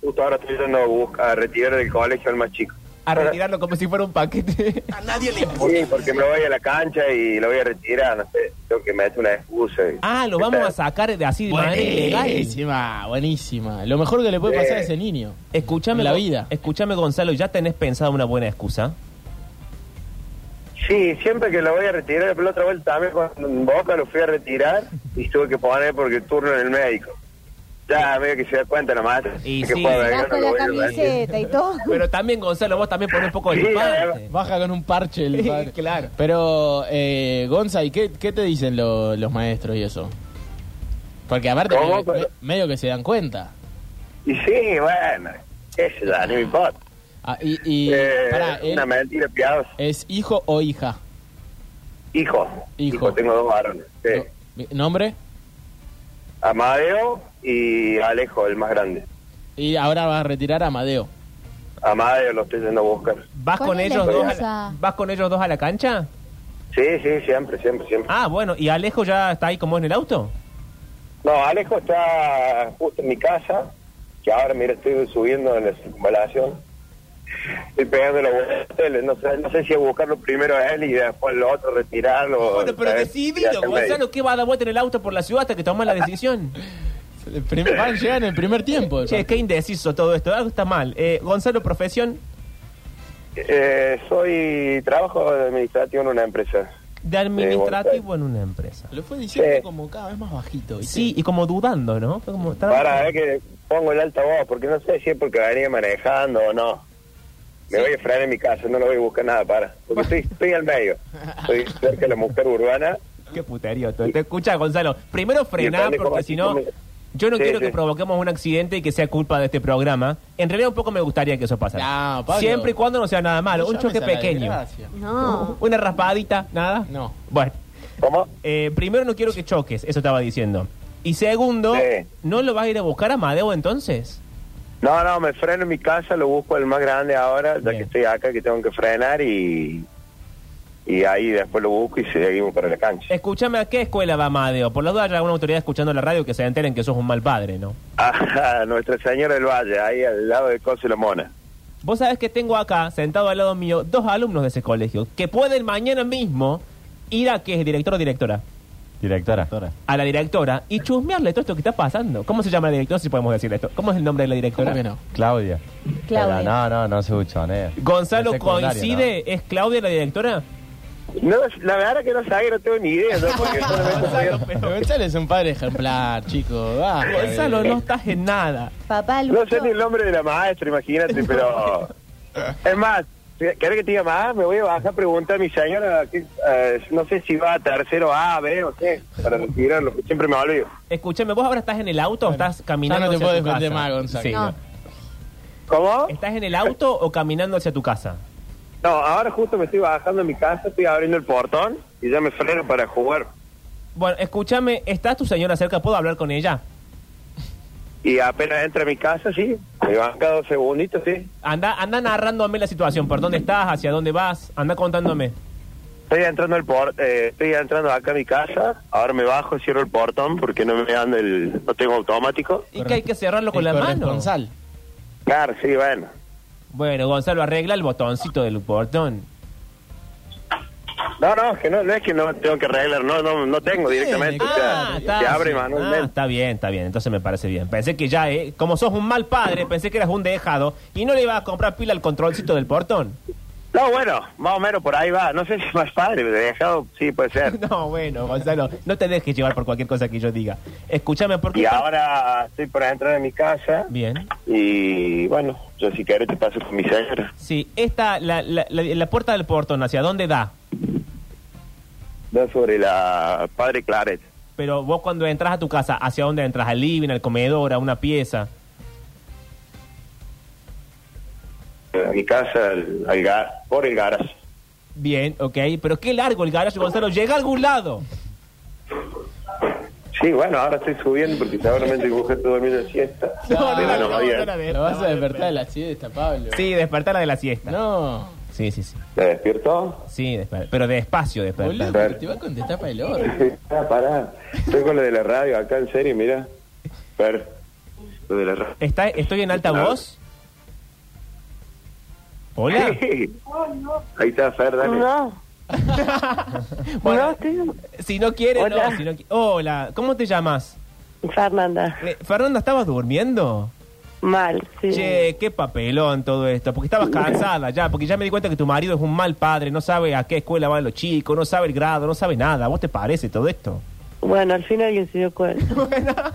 Speaker 6: justo ahora estoy yendo a, bus- a retirar del colegio al más chico.
Speaker 2: A retirarlo como si fuera un
Speaker 6: [laughs]
Speaker 2: paquete.
Speaker 6: Sí, porque me voy a la cancha y lo voy a retirar, no sé. Tengo que meter una excusa. y-
Speaker 2: Ah, lo vamos a sacar de así de manera ilegal.
Speaker 1: Buenísima, buenísima. Lo mejor que le puede pasar a ese niño.
Speaker 2: Escúchame,
Speaker 1: La
Speaker 2: Go-
Speaker 1: vida.
Speaker 2: Escúchame, Gonzalo, ¿ya tenés pensada una buena excusa?
Speaker 6: Sí, siempre que lo voy a retirar, pero la otra vuelta también con Boca lo fui a retirar y tuve que poner porque turno en el médico. Ya, medio que se da cuenta la madre.
Speaker 2: Y
Speaker 6: que
Speaker 2: sí.
Speaker 6: puedo ver,
Speaker 5: Vas
Speaker 6: no
Speaker 5: con
Speaker 6: lo
Speaker 5: la
Speaker 6: voy a ver.
Speaker 5: camiseta y todo.
Speaker 2: Pero también, Gonzalo, vos también ponés un poco de
Speaker 6: Sí,
Speaker 2: tu parte.
Speaker 6: además.
Speaker 1: Baja con un parche el padre.
Speaker 2: Claro.
Speaker 1: Pero, eh, Gonza, ¿y qué, qué te dicen lo- los maestros y eso? Porque aparte,
Speaker 6: ¿Cómo?
Speaker 1: me-
Speaker 6: Pero-
Speaker 1: me- medio que se dan cuenta.
Speaker 6: Y sí, bueno, qué se da, no me importa.
Speaker 1: Ah, y, y
Speaker 6: Eh,
Speaker 1: pará, él eh,
Speaker 6: una mentira piadosa.
Speaker 1: ¿es hijo o hija?
Speaker 6: Hijo,
Speaker 1: Hijo.
Speaker 6: hijo, tengo dos varones. sí.
Speaker 1: No- ¿Nombre?
Speaker 6: Amadeo y Alejo, el más grande.
Speaker 1: Y ahora vas a retirar a Amadeo.
Speaker 6: Amadeo lo estoy yendo a buscar.
Speaker 2: ¿Vas
Speaker 5: ¿Cuál
Speaker 2: con,
Speaker 5: es la
Speaker 2: ellos dos a la,
Speaker 5: excusa?
Speaker 2: ¿Vas con ellos dos a la cancha?
Speaker 6: Sí, sí, siempre, siempre, siempre.
Speaker 2: Ah, bueno, ¿y Alejo ya está ahí como en el auto?
Speaker 6: No, Alejo está justo en mi casa, que ahora mira, estoy subiendo en la circunvalación. Estoy pegando la vuelta al tele, no sé, no sé si buscarlo primero a él y después lo otro retirarlo.
Speaker 2: Bueno, pero
Speaker 6: ¿sabes? Y
Speaker 2: decidido,
Speaker 6: hacer
Speaker 2: Gonzalo,
Speaker 6: medio.
Speaker 2: ¿qué va a dar vuelta en el auto por la ciudad hasta que tomas la [laughs] decisión?
Speaker 1: El primer- van, llegan en el primer tiempo.
Speaker 2: che, qué indeciso todo esto, algo está mal. Eh, Gonzalo, profesión
Speaker 6: Eh, soy, trabajo de administrativo en una empresa.
Speaker 2: de
Speaker 6: Eh,
Speaker 2: administrativo
Speaker 6: Gonzalo.
Speaker 2: en una empresa.
Speaker 1: Lo fue diciendo
Speaker 6: Sí.
Speaker 1: como cada vez más bajito. ¿viste?
Speaker 2: Sí, y como dudando, ¿no? Fue Como, está-
Speaker 6: Para ver que pongo el altavoz, porque no sé si es porque venía manejando o no. Me voy a frenar en mi casa, no lo voy a buscar nada, para. Porque estoy, estoy al medio. Estoy cerca de la mujer urbana.
Speaker 2: Qué puterío todo. Te escucha, Gonzalo. Primero frená,
Speaker 6: depende
Speaker 2: porque
Speaker 6: cómo
Speaker 2: si no.
Speaker 6: así como-
Speaker 2: Yo no
Speaker 6: Sí,
Speaker 2: quiero
Speaker 6: sí.
Speaker 2: que provoquemos un accidente y que sea culpa de este programa. En realidad, un poco me gustaría que eso pasara.
Speaker 1: No, Pablo.
Speaker 2: Siempre y cuando no sea nada malo.
Speaker 1: No
Speaker 2: un
Speaker 1: llames
Speaker 2: choque
Speaker 1: a la
Speaker 2: pequeño.
Speaker 1: desgracia.
Speaker 5: No.
Speaker 2: Una raspadita, nada.
Speaker 1: No.
Speaker 2: Bueno,
Speaker 6: ¿Cómo?
Speaker 2: eh, primero no quiero que choques, eso estaba diciendo. Y segundo,
Speaker 6: Sí.
Speaker 2: ¿no lo vas a ir a buscar a Madeo entonces?
Speaker 6: No, no, me freno en mi casa, lo busco el más grande ahora, ya
Speaker 2: Bien.
Speaker 6: que estoy acá, que tengo que frenar y, y ahí después lo busco y seguimos para la cancha. [laughs]
Speaker 2: Escúchame, ¿a qué escuela va Madeo? Por la duda, hay alguna autoridad escuchando la radio que se enteren que sos un mal padre, ¿no?
Speaker 6: Ajá, Nuestra Señora del Valle, ahí al lado de Cosa y la Mona.
Speaker 2: Vos sabés que tengo acá, sentado al lado mío, dos alumnos de ese colegio que pueden mañana mismo ir a que es director o directora,
Speaker 4: Directora.
Speaker 2: a la directora y chusmearle todo esto que está pasando. ¿Cómo se llama la directora si podemos decirle esto? ¿Cómo es el nombre de la directora?
Speaker 1: ¿Cómo que no?
Speaker 4: Claudia.
Speaker 5: Claudia.
Speaker 4: Pero no, no, no se buchonea.
Speaker 2: Gonzalo
Speaker 4: De secundaria,
Speaker 2: coincide, ¿es Claudia la directora?
Speaker 6: No, la verdad que no sabía, no tengo ni idea, ¿no? Porque
Speaker 2: [laughs]
Speaker 6: solamente sabía-
Speaker 1: Pero Gonzalo es un padre ejemplar, chico. Baja,
Speaker 2: Gonzalo,
Speaker 1: eh.
Speaker 2: no estás en nada.
Speaker 5: Papá Lucho.
Speaker 6: No sé ni el nombre de la maestra, imagínate, pero... Es más, ¿querés que te diga más? Me voy a bajar a preguntar a mi señora, que, eh, no sé si va a tercero A, B o C, para retirarlo, que siempre me olvido.
Speaker 2: Escúchame, vos ahora estás en el auto o estás
Speaker 1: ya
Speaker 2: caminando
Speaker 1: no te
Speaker 2: hacia
Speaker 1: puedo
Speaker 2: tu
Speaker 1: defender
Speaker 2: casa?
Speaker 1: más, Gonzalo.
Speaker 2: Sí,
Speaker 5: No.
Speaker 2: no.
Speaker 6: ¿Cómo?
Speaker 2: ¿Estás en el auto o caminando hacia tu casa?
Speaker 6: No, ahora justo me estoy bajando a mi casa, estoy abriendo el portón y ya me freno para jugar.
Speaker 2: Bueno, escúchame, ¿está tu señora cerca? ¿Puedo hablar con ella?
Speaker 6: Y apenas entra a mi casa, sí, me banca dos segunditos, sí.
Speaker 2: Anda, anda narrándome la situación, por dónde estás, hacia dónde vas, anda contándome.
Speaker 6: Estoy entrando, al por, eh, estoy entrando acá a mi casa, ahora me bajo, cierro el portón porque no me anda el... no tengo automático.
Speaker 2: Y que hay que cerrarlo con
Speaker 1: El
Speaker 2: la mano.
Speaker 1: corresponsal.
Speaker 6: Claro, sí, bueno.
Speaker 2: Bueno, Gonzalo, arregla el botoncito del portón.
Speaker 6: No, no, que no, no es que no tengo que arreglar, no, no, no tengo
Speaker 1: Tiene,
Speaker 6: directamente, o sea,
Speaker 2: Ah, está.
Speaker 6: se abre
Speaker 2: sí. Ah,
Speaker 6: manualmente.
Speaker 2: está bien, está bien, entonces me parece bien. Pensé que ya, eh, como sos un mal padre, pensé que eras un dejado y no le ibas a comprar pila al controlcito del portón. [laughs]
Speaker 6: No, bueno, más o menos por ahí va. No sé si es más padre, pero dejado, sí, puede ser.
Speaker 2: [laughs] No, bueno, Gonzalo, no te dejes llevar por cualquier cosa que yo diga. Escúchame, porque...
Speaker 6: Y ahora estoy para entrar en mi casa.
Speaker 2: Bien.
Speaker 6: Y bueno, yo si quieres te paso con mi señora.
Speaker 2: Sí, esta, la, la, la- la puerta del portón, ¿hacia dónde da?
Speaker 6: Da sobre la Padre Claret.
Speaker 2: Pero vos cuando entras a tu casa, ¿hacia dónde entras? ¿Al living, al comedor, a una pieza?
Speaker 6: A mi casa, al, al ga- por el garage.
Speaker 2: Bien, ok. Pero qué largo el garaje, Gonzalo. Llega a algún lado.
Speaker 6: Sí, bueno, ahora estoy subiendo porque seguramente el mujer está durmiendo siesta.
Speaker 1: No,
Speaker 6: Pero
Speaker 1: no,
Speaker 6: bueno,
Speaker 1: no,
Speaker 6: Javier,
Speaker 1: Lo vas a despertar de la siesta, Pablo.
Speaker 2: Sí, despertala de la siesta.
Speaker 1: No,
Speaker 2: Sí, sí, sí.
Speaker 6: ¿Me despierto?
Speaker 2: Sí, desper- pero despacio
Speaker 1: boludo,
Speaker 2: despertar.
Speaker 1: pero te va a contestar para el orden.
Speaker 6: [laughs] Ah, pará. Estoy con lo de la radio acá, en serio, mira. Ver. Lo de la radio.
Speaker 2: Está, ¿Estoy en alta voz? ¿Hola?
Speaker 6: Sí. Ahí está, Fer, dale.
Speaker 2: [laughs] Bueno, si no quieres,
Speaker 3: Hola.
Speaker 2: no. si no qui- Hola, ¿cómo te llamas?
Speaker 3: Fernanda,
Speaker 2: Eh, Fernanda, ¿estabas durmiendo?
Speaker 3: mal, sí.
Speaker 2: Che, qué papelón todo esto, porque estabas cansada ya, porque ya me di cuenta que tu marido es un mal padre, no sabe a qué escuela van los chicos, no sabe el grado, no sabe nada. ¿A ¿Vos te parece todo esto?
Speaker 3: Bueno, al final alguien se dio cuenta.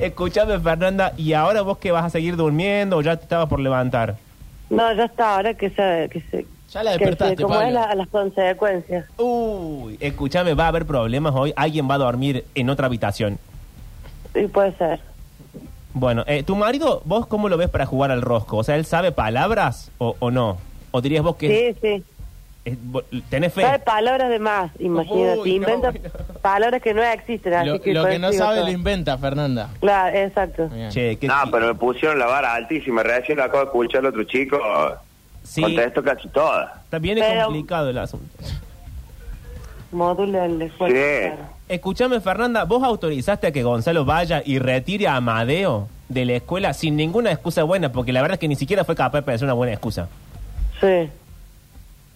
Speaker 2: Escuchame, Fernanda, ¿y ahora vos que vas a seguir durmiendo o ya te estabas por levantar?
Speaker 3: No, ya está, ahora que se... Que se
Speaker 1: Ya la
Speaker 3: que se-
Speaker 1: despertaste,
Speaker 3: como es
Speaker 1: Pablo.
Speaker 3: la- las consecuencias.
Speaker 2: Uy, escúchame, va a haber problemas hoy, alguien va a dormir en otra habitación.
Speaker 3: Y puede ser.
Speaker 2: Bueno, eh, ¿tu marido, vos cómo lo ves para jugar al rosco? O sea, ¿él sabe palabras o, o no? ¿O dirías vos que
Speaker 3: Sí, sí.
Speaker 2: es- vo- tenés fe?
Speaker 3: Sabe palabras de más, imagínate.
Speaker 1: Uy, no,
Speaker 3: Inventa
Speaker 1: bueno.
Speaker 3: palabras que no existen. Así
Speaker 1: Lo,
Speaker 3: que,
Speaker 1: lo
Speaker 3: por
Speaker 1: que
Speaker 3: eso
Speaker 1: no
Speaker 3: digo
Speaker 1: sabe
Speaker 3: todo.
Speaker 1: lo inventa, Fernanda.
Speaker 3: Claro, exacto.
Speaker 1: Bien.
Speaker 2: Che, qué-
Speaker 6: No, pero me pusieron la vara altísima. Recién lo acabo de escuchar al otro chico.
Speaker 2: sí,
Speaker 6: Contesto casi todas.
Speaker 2: también es
Speaker 3: Pero-
Speaker 2: complicado el asunto.
Speaker 3: Modula el esfuerzo.
Speaker 6: Sí.
Speaker 3: claro.
Speaker 2: Escúchame, Fernanda, ¿vos autorizaste a que Gonzalo vaya y retire a Amadeo de la escuela sin ninguna excusa buena? Porque la verdad es que ni siquiera fue capaz de pensar una buena excusa.
Speaker 3: Sí,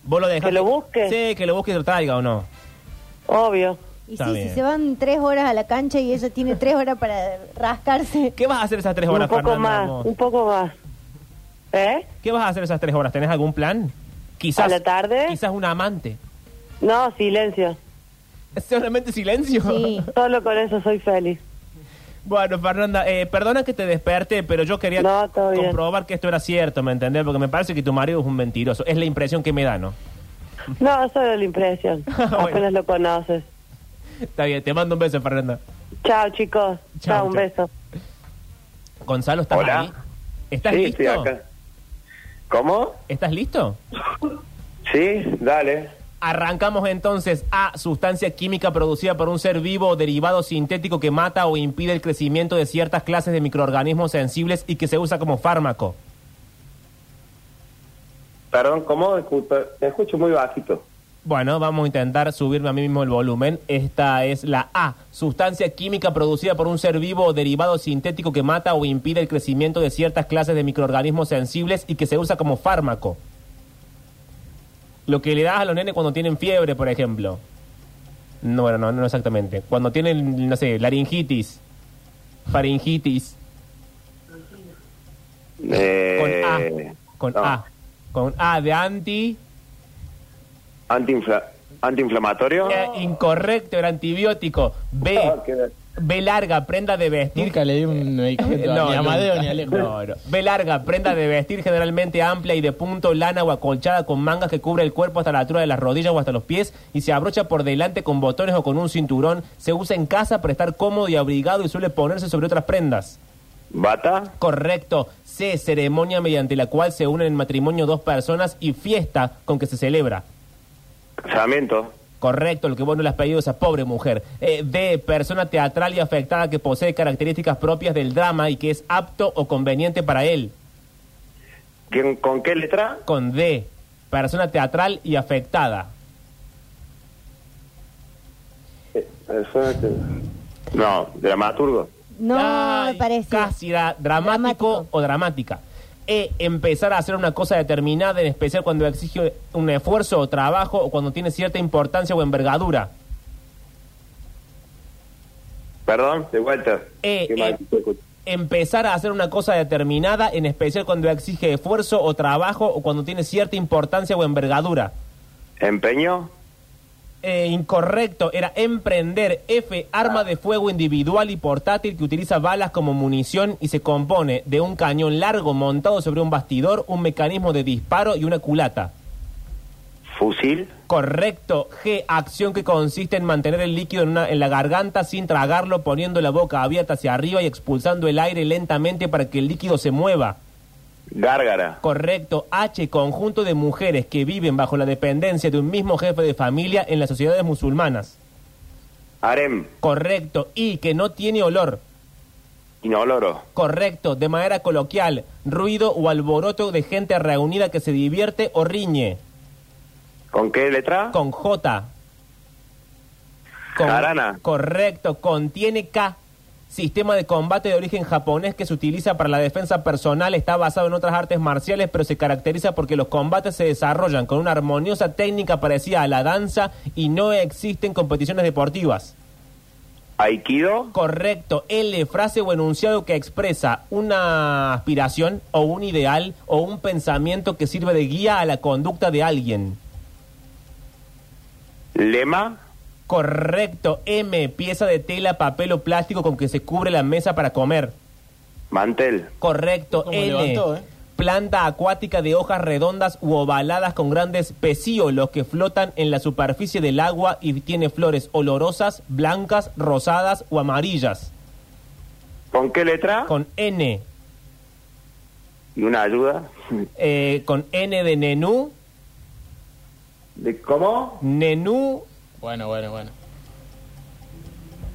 Speaker 2: ¿Vos lo dejaste?
Speaker 3: ¿Que lo busque?
Speaker 2: Sí, que lo busque y lo traiga o no.
Speaker 3: obvio.
Speaker 5: Y
Speaker 2: Está
Speaker 5: sí,
Speaker 2: bien.
Speaker 5: si se van tres horas a la cancha y ella tiene tres horas para rascarse.
Speaker 2: ¿Qué vas a hacer esas tres
Speaker 3: Un
Speaker 2: horas,
Speaker 3: poco
Speaker 2: Fernanda?
Speaker 3: más,
Speaker 2: vos?
Speaker 3: un poco más. ¿Eh?
Speaker 2: ¿Qué vas a hacer esas tres horas? ¿Tenés algún plan? Quizás.
Speaker 3: ¿A la tarde?
Speaker 2: Quizás un amante.
Speaker 3: No, silencio.
Speaker 2: ¿Solamente silencio? [laughs]
Speaker 5: Sí.
Speaker 3: Solo con eso soy feliz.
Speaker 2: Bueno, Fernanda, eh, perdona que te desperte, pero yo quería
Speaker 3: No, todo bien.
Speaker 2: comprobar que esto era cierto, ¿me entendés? Porque me parece que tu marido es un mentiroso. Es la impresión que me da, ¿no?
Speaker 3: No, solo la impresión.
Speaker 2: [laughs] Bueno.
Speaker 3: Apenas lo conoces.
Speaker 2: Está bien, te mando un beso, Fernanda.
Speaker 3: Chao, chicos.
Speaker 2: Chao,
Speaker 3: Chao, un
Speaker 2: chao.
Speaker 3: beso.
Speaker 2: Gonzalo, ¿estás
Speaker 6: Hola.
Speaker 2: ahí? ¿Estás
Speaker 6: sí,
Speaker 2: listo?
Speaker 6: estoy acá. ¿Cómo?
Speaker 2: ¿Estás listo?
Speaker 6: Sí, dale.
Speaker 2: Arrancamos entonces a sustancia química producida por un ser vivo o derivado sintético que mata o impide el crecimiento de ciertas clases de microorganismos sensibles y que se usa como fármaco.
Speaker 6: Perdón, ¿cómo? Disculpa, te escucho muy bajito.
Speaker 2: Bueno, vamos a intentar subirme a mí mismo el volumen. Esta es la A, sustancia química producida por un ser vivo o derivado sintético que mata o impide el crecimiento de ciertas clases de microorganismos sensibles y que se usa como fármaco. Lo que le das a los nenes cuando tienen fiebre, por ejemplo. No, bueno, no, no exactamente. Cuando tienen, no sé, laringitis, faringitis, con A,
Speaker 6: Eh,
Speaker 2: con
Speaker 6: no.
Speaker 2: A, con A de anti,
Speaker 6: Antiinfla- antiinflamatorio.
Speaker 2: era incorrecto, era antibiótico. B,
Speaker 6: Ah, qué-
Speaker 2: B larga, prenda de vestir.
Speaker 1: Nunca le di un medicamento a ni a Amadeo
Speaker 2: nunca.
Speaker 1: ni a Alejo.
Speaker 2: Eh, No, no. B larga, prenda de vestir generalmente amplia y de punto, lana o acolchada con mangas que cubre el cuerpo hasta la altura de las rodillas o hasta los pies y se abrocha por delante con botones o con un cinturón. Se usa en casa para estar cómodo y abrigado y suele ponerse sobre otras prendas.
Speaker 6: ¿Bata?
Speaker 2: Correcto. C. Ceremonia mediante la cual se unen en matrimonio dos personas y fiesta con que se celebra.
Speaker 6: Casamiento.
Speaker 2: Correcto, lo que vos no le has pedido a esa pobre mujer. Eh, D, persona teatral y afectada que posee características propias del drama y que es apto o conveniente para él.
Speaker 6: ¿Quién- ¿Con qué letra?
Speaker 2: Con D, persona teatral y afectada.
Speaker 6: Eh, persona que- No, dramaturgo.
Speaker 5: No,
Speaker 2: [laughs] Ay,
Speaker 5: me parece.
Speaker 2: Casi era dramático,
Speaker 5: Dramático.
Speaker 2: o dramática. E, empezar a hacer una cosa determinada, en especial cuando exige un esfuerzo o trabajo o cuando tiene cierta importancia o envergadura.
Speaker 6: Perdón, de vuelta.
Speaker 2: Eh,
Speaker 6: Qué mal
Speaker 2: eh.
Speaker 6: que te escucho.
Speaker 2: empezar a hacer una cosa determinada, en especial cuando exige esfuerzo o trabajo o cuando tiene cierta importancia o envergadura.
Speaker 6: Empeño,
Speaker 2: Eh, incorrecto, era emprender F, arma de fuego individual y portátil que utiliza balas como munición y se compone de un cañón largo montado sobre un bastidor, un mecanismo de disparo y una culata.
Speaker 6: fusil,
Speaker 2: Correcto, G, acción que consiste en mantener el líquido en, una- en la garganta sin tragarlo, poniendo la boca abierta hacia arriba y expulsando el aire lentamente para que el líquido se mueva.
Speaker 6: gárgara,
Speaker 2: Correcto. H. Conjunto de mujeres que viven bajo la dependencia de un mismo jefe de familia en las sociedades musulmanas.
Speaker 6: harem,
Speaker 2: Correcto. Y. Que no tiene olor.
Speaker 6: inoloro,
Speaker 2: Correcto. De manera coloquial. Ruido o alboroto de gente reunida que se divierte o riñe.
Speaker 6: ¿con qué letra?
Speaker 2: Con J.
Speaker 6: Jarana.
Speaker 2: Correcto. Contiene K. Sistema de combate de origen japonés que se utiliza para la defensa personal está basado en otras artes marciales, pero se caracteriza porque los combates se desarrollan con una armoniosa técnica parecida a la danza y no existen competiciones deportivas.
Speaker 6: Aikido,
Speaker 2: Correcto. L, frase o enunciado que expresa una aspiración o un ideal o un pensamiento que sirve de guía a la conducta de alguien.
Speaker 6: lema,
Speaker 2: Correcto. M, pieza de tela, papel o plástico con que se cubre la mesa para comer.
Speaker 6: mantel,
Speaker 2: Correcto.
Speaker 1: Como
Speaker 2: N,
Speaker 1: levantó, ¿eh?
Speaker 2: planta acuática de hojas redondas u ovaladas con grandes pecíolos que flotan en la superficie del agua y tiene flores olorosas, blancas, rosadas o amarillas.
Speaker 6: ¿con qué
Speaker 1: Ah.
Speaker 6: letra?
Speaker 2: Con N,
Speaker 6: Y una ayuda.
Speaker 2: eh, con N de nenú,
Speaker 6: ¿De cómo?
Speaker 2: Mm. nenú,
Speaker 1: Bueno, bueno, bueno.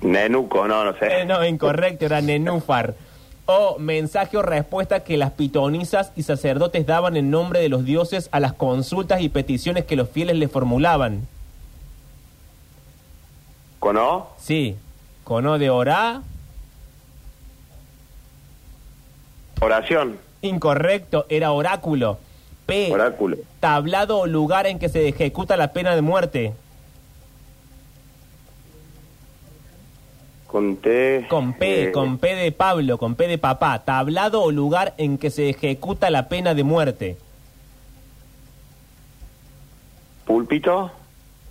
Speaker 6: Nenuco, no, no sé.
Speaker 2: eh, no, incorrecto, era nenúfar. O mensaje o respuesta que las pitonizas y sacerdotes daban en nombre de los dioses a las consultas y peticiones que los fieles le formulaban.
Speaker 6: ¿Con O?
Speaker 2: Sí, con O de orá,
Speaker 6: Oración,
Speaker 2: Incorrecto, era oráculo. P.
Speaker 6: oráculo,
Speaker 2: Tablado o lugar en que se ejecuta la pena de muerte.
Speaker 6: con T.
Speaker 2: Con P,
Speaker 6: eh,
Speaker 2: con P de Pablo, con P de papá. Tablado o lugar en que se ejecuta la pena de muerte.
Speaker 6: Púlpito,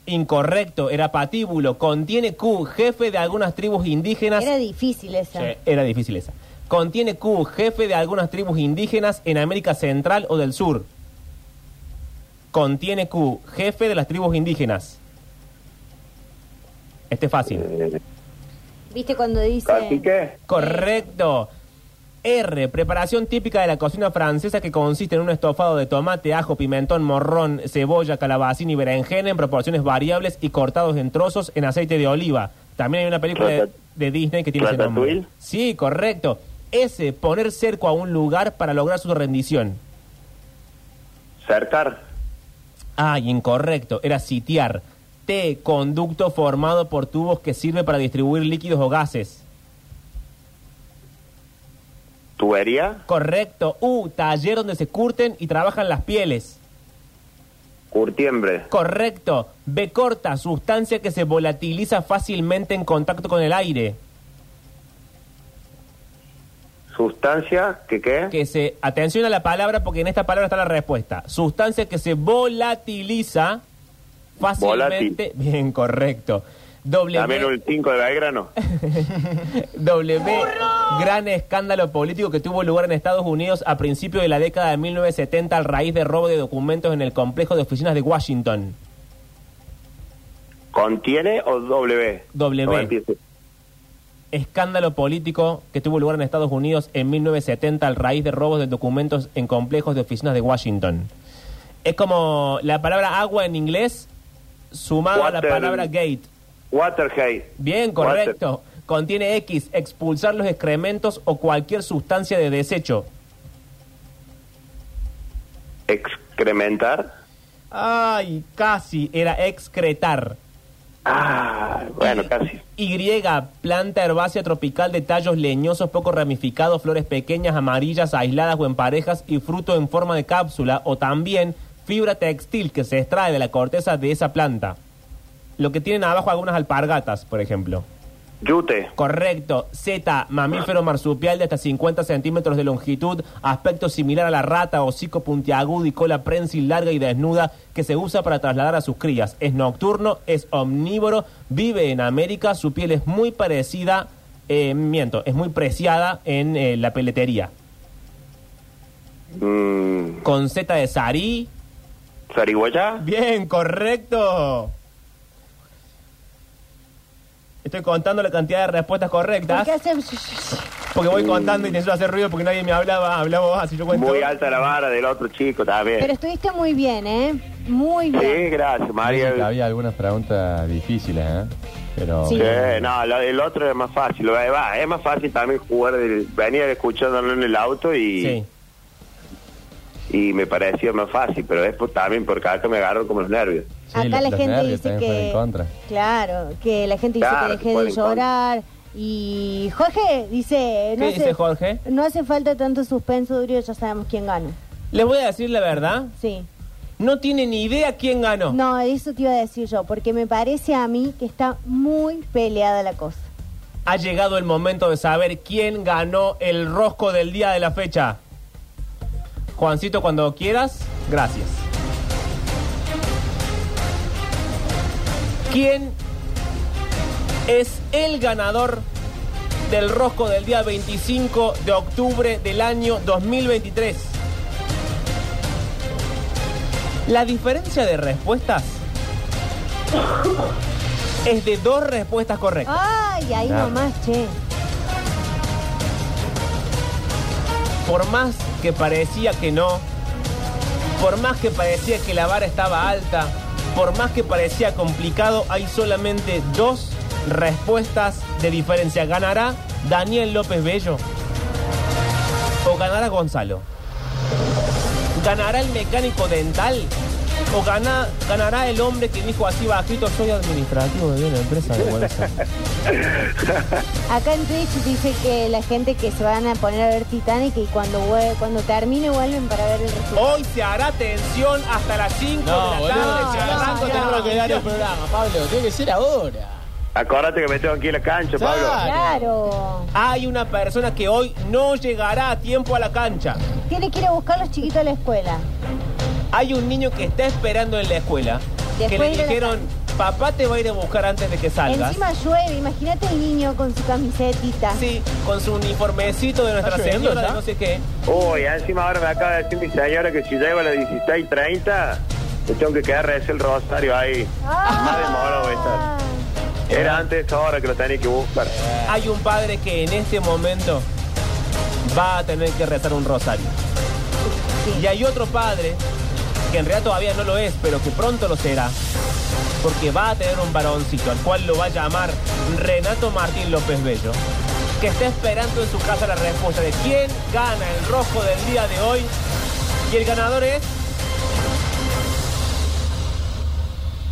Speaker 2: Incorrecto, era patíbulo. Contiene Q, jefe de algunas tribus indígenas.
Speaker 5: Era difícil esa.
Speaker 2: Sí, era difícil esa. Contiene Q, jefe de algunas tribus indígenas en América Central o del Sur. Contiene Q, jefe de las tribus indígenas. Este es fácil.
Speaker 5: ¿Viste cuando dice
Speaker 6: eh, cacique,
Speaker 2: Correcto. R, preparación típica de la cocina francesa que consiste en un estofado de tomate, ajo, pimentón, morrón, cebolla, calabacín y berenjena en proporciones variables y cortados en trozos en aceite de oliva. También hay una película de,
Speaker 6: Ratat-
Speaker 2: de Disney que tiene ese nombre.
Speaker 6: Ratatouille.
Speaker 2: Sí, correcto. S, poner cerco a un lugar para lograr su rendición.
Speaker 6: cercar,
Speaker 2: Ay, incorrecto, era sitiar. T, conducto formado por tubos que sirve para distribuir líquidos o gases.
Speaker 6: tubería,
Speaker 2: Correcto. U, taller donde se curten y trabajan las pieles.
Speaker 6: curtiembre,
Speaker 2: Correcto. B corta, sustancia que se volatiliza fácilmente en contacto con el aire,
Speaker 6: sustancia, que qué?
Speaker 2: que se atención a la palabra porque en esta palabra está la respuesta. Sustancia que se volatiliza fácilmente. Bien, correcto. W,
Speaker 6: También el 5 de Belgrano.
Speaker 2: [laughs] W, gran escándalo político que tuvo lugar en Estados Unidos a principios de la década de 1970 al raíz de robo de documentos en el complejo de oficinas de Washington.
Speaker 6: ¿Contiene o W?
Speaker 2: W.
Speaker 6: No, empiece.
Speaker 2: escándalo político que tuvo lugar en Estados Unidos en 1970 al raíz de robos de documentos en complejos de oficinas de Washington. Es como la palabra agua en inglés sumada a la
Speaker 6: Water.
Speaker 2: palabra gate.
Speaker 6: Watergate.
Speaker 2: Bien, correcto. Contiene X, expulsar los excrementos o cualquier sustancia de desecho.
Speaker 6: Water- Excrementar.
Speaker 2: Ay, casi, era excretar.
Speaker 6: Ah, bueno, casi.
Speaker 2: Y, planta herbácea tropical de tallos leñosos poco ramificados, flores pequeñas, amarillas, aisladas o en parejas y fruto en forma de cápsula o también fibra textil que se extrae de la corteza de esa planta. Lo que tienen abajo algunas alpargatas, por ejemplo.
Speaker 6: Yute.
Speaker 2: Correcto. Z, mamífero marsupial de hasta 50 centímetros de longitud, aspecto similar a la rata, hocico puntiagudo y cola prensil larga y desnuda que se usa para trasladar a sus crías. Es nocturno, es omnívoro, vive en América, su piel es muy parecida, eh, miento, es muy preciada en eh, la peletería.
Speaker 6: Mm,
Speaker 2: Con Z de Sarí.
Speaker 6: Sarigüeyá.
Speaker 2: Bien, correcto. Estoy contando la cantidad de respuestas correctas.
Speaker 5: Porque hace-
Speaker 2: Porque voy contando y necesito hacer ruido porque nadie me hablaba, hablaba vos, así yo cuento.
Speaker 6: Muy alta la vara del otro chico
Speaker 5: Pero
Speaker 6: también.
Speaker 5: estuviste muy bien, ¿eh? Muy bien.
Speaker 6: Sí, gracias,
Speaker 4: Dicen que
Speaker 6: María.
Speaker 4: Había algunas preguntas difíciles, ¿eh? Pero
Speaker 5: Sí.
Speaker 6: Sí, no, lo- el otro es más fácil. va, va, es más fácil también jugar, del, venir escuchándolo en el auto y,
Speaker 2: Sí.
Speaker 6: y me parecía más fácil, pero es por- también porque acá me agarro como los nervios. [laughs]
Speaker 4: sí,
Speaker 5: Acá
Speaker 4: los-
Speaker 5: la
Speaker 4: los
Speaker 5: gente
Speaker 4: nervios
Speaker 5: dice
Speaker 4: también fueron
Speaker 5: que.
Speaker 4: en contra.
Speaker 5: Claro, que la gente dice
Speaker 6: Claro,
Speaker 5: que deje
Speaker 6: fueron
Speaker 5: de
Speaker 6: en contra.
Speaker 5: llorar. Y Jorge dice. No
Speaker 2: ¿Qué
Speaker 5: hace,
Speaker 2: dice Jorge?
Speaker 5: No hace falta tanto suspenso, Durio, ya sabemos quién gana.
Speaker 2: Les voy a decir la verdad.
Speaker 5: Sí.
Speaker 2: No tiene ni idea quién ganó.
Speaker 5: No, eso te iba a decir yo, porque me parece a mí que está muy peleada la cosa.
Speaker 2: Ha llegado el momento de saber quién ganó el rosco del día de la fecha. Juancito, cuando quieras, gracias. ¿Quién es el ganador del rosco del día 25 de octubre del año 2023? La diferencia de respuestas es de dos respuestas correctas.
Speaker 5: Ay, ahí
Speaker 4: Nada.
Speaker 5: nomás, che.
Speaker 2: Por más que parecía que no, por más que parecía que la vara estaba alta, por más que parecía complicado, hay solamente dos respuestas de diferencia. ¿Ganará Daniel López Bello? ¿O ganará Gonzalo? ¿Ganará el mecánico dental? ¿O gana- ganará el hombre que dijo así bajito, soy administrativo de una empresa de
Speaker 1: [laughs]
Speaker 2: bolsa?
Speaker 5: Acá en Twitch dice que la gente que se van a poner a ver Titanic y cuando, vuel- cuando termine vuelven para ver el resultado.
Speaker 2: Hoy se hará tensión hasta las 5
Speaker 1: No,
Speaker 2: de la tarde.
Speaker 1: boludo,
Speaker 2: se
Speaker 1: si
Speaker 5: no,
Speaker 2: arranca
Speaker 1: arranco
Speaker 5: no,
Speaker 1: tengo
Speaker 2: temprano.
Speaker 1: que dar el programa, Pablo. Tiene que ser ahora.
Speaker 6: Acordate que me tengo aquí en la cancha, Pablo.
Speaker 1: Claro.
Speaker 5: Claro.
Speaker 2: Hay una persona que hoy no llegará a tiempo a la cancha.
Speaker 5: Tiene que ir a buscar a los chiquitos a la escuela.
Speaker 2: Hay un niño que está esperando en la escuela. que
Speaker 5: Después
Speaker 2: le
Speaker 5: de la
Speaker 2: dijeron, papá te va a ir a buscar antes de que salgas.
Speaker 5: Encima llueve, imagínate el niño con su camisetita.
Speaker 2: Sí, con su uniformecito de nuestra
Speaker 1: ¿Está lloviendo
Speaker 2: señora, de
Speaker 1: ya?
Speaker 2: no sé qué.
Speaker 6: Uy, encima ahora me acaba de decir mi señora que si llego a las 16.30, me tengo que quedar res el rosario ahí.
Speaker 5: Ah.
Speaker 6: Más demorado voy a estar. Era antes de esta hora que lo tenía que buscar.
Speaker 2: Hay un padre que en este momento va a tener que rezar un rosario. Y hay otro padre, que en realidad todavía no lo es, pero que pronto lo será, porque va a tener un varoncito al cual lo va a llamar Renato Martín López Bello, que está esperando en su casa la respuesta de quién gana el rojo del día de hoy. Y el ganador es...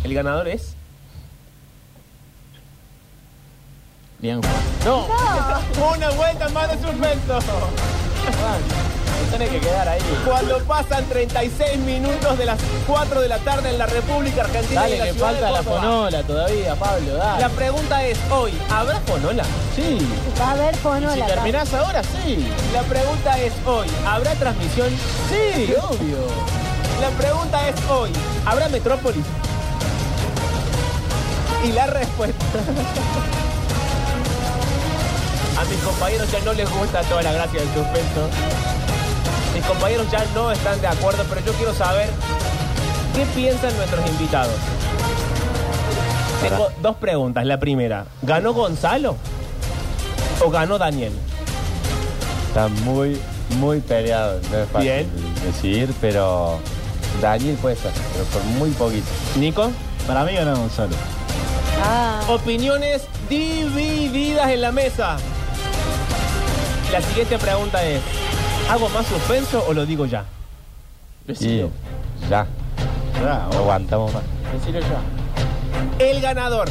Speaker 2: El ganador es...
Speaker 1: Bien, Juan. No,
Speaker 2: Una vuelta más de suspenso.
Speaker 1: Juan. Te tenés que quedar ahí.
Speaker 2: Cuando pasan 36 minutos de las 4 de la tarde en la República Argentina y
Speaker 1: Dale,
Speaker 2: en la
Speaker 1: que
Speaker 2: ciudad
Speaker 1: falta
Speaker 2: de
Speaker 1: la
Speaker 2: Córdoba.
Speaker 1: fonola todavía, Pablo. Dale.
Speaker 2: La pregunta es hoy, ¿habrá fonola?
Speaker 1: Sí.
Speaker 5: Va a haber
Speaker 1: Y si
Speaker 5: fonola.
Speaker 1: terminás ahora, sí.
Speaker 2: La pregunta es hoy, ¿habrá transmisión?
Speaker 1: Sí, obvio.
Speaker 2: La pregunta es hoy, ¿habrá Metrópolis? Y la respuesta. [laughs] A mis compañeros ya no les gusta toda la gracia del suspenso. Mis compañeros ya no están de acuerdo, pero yo quiero saber qué piensan nuestros invitados. Tengo dos preguntas. La primera, ¿ganó Gonzalo o ganó Daniel?
Speaker 4: Está muy, muy peleado. No es fácil
Speaker 2: Bien.
Speaker 4: decidir, pero Daniel puede ser, pero por muy poquito.
Speaker 2: Nico,
Speaker 8: Para mí ganó Gonzalo.
Speaker 5: Ah,
Speaker 2: opiniones divididas en la mesa. La siguiente pregunta es, ¿hago más suspenso o lo digo ya?
Speaker 4: Y
Speaker 1: Decilo.
Speaker 4: ya,
Speaker 8: Ah,
Speaker 4: no aguantamos más.
Speaker 1: Decilo ya.
Speaker 2: El ganador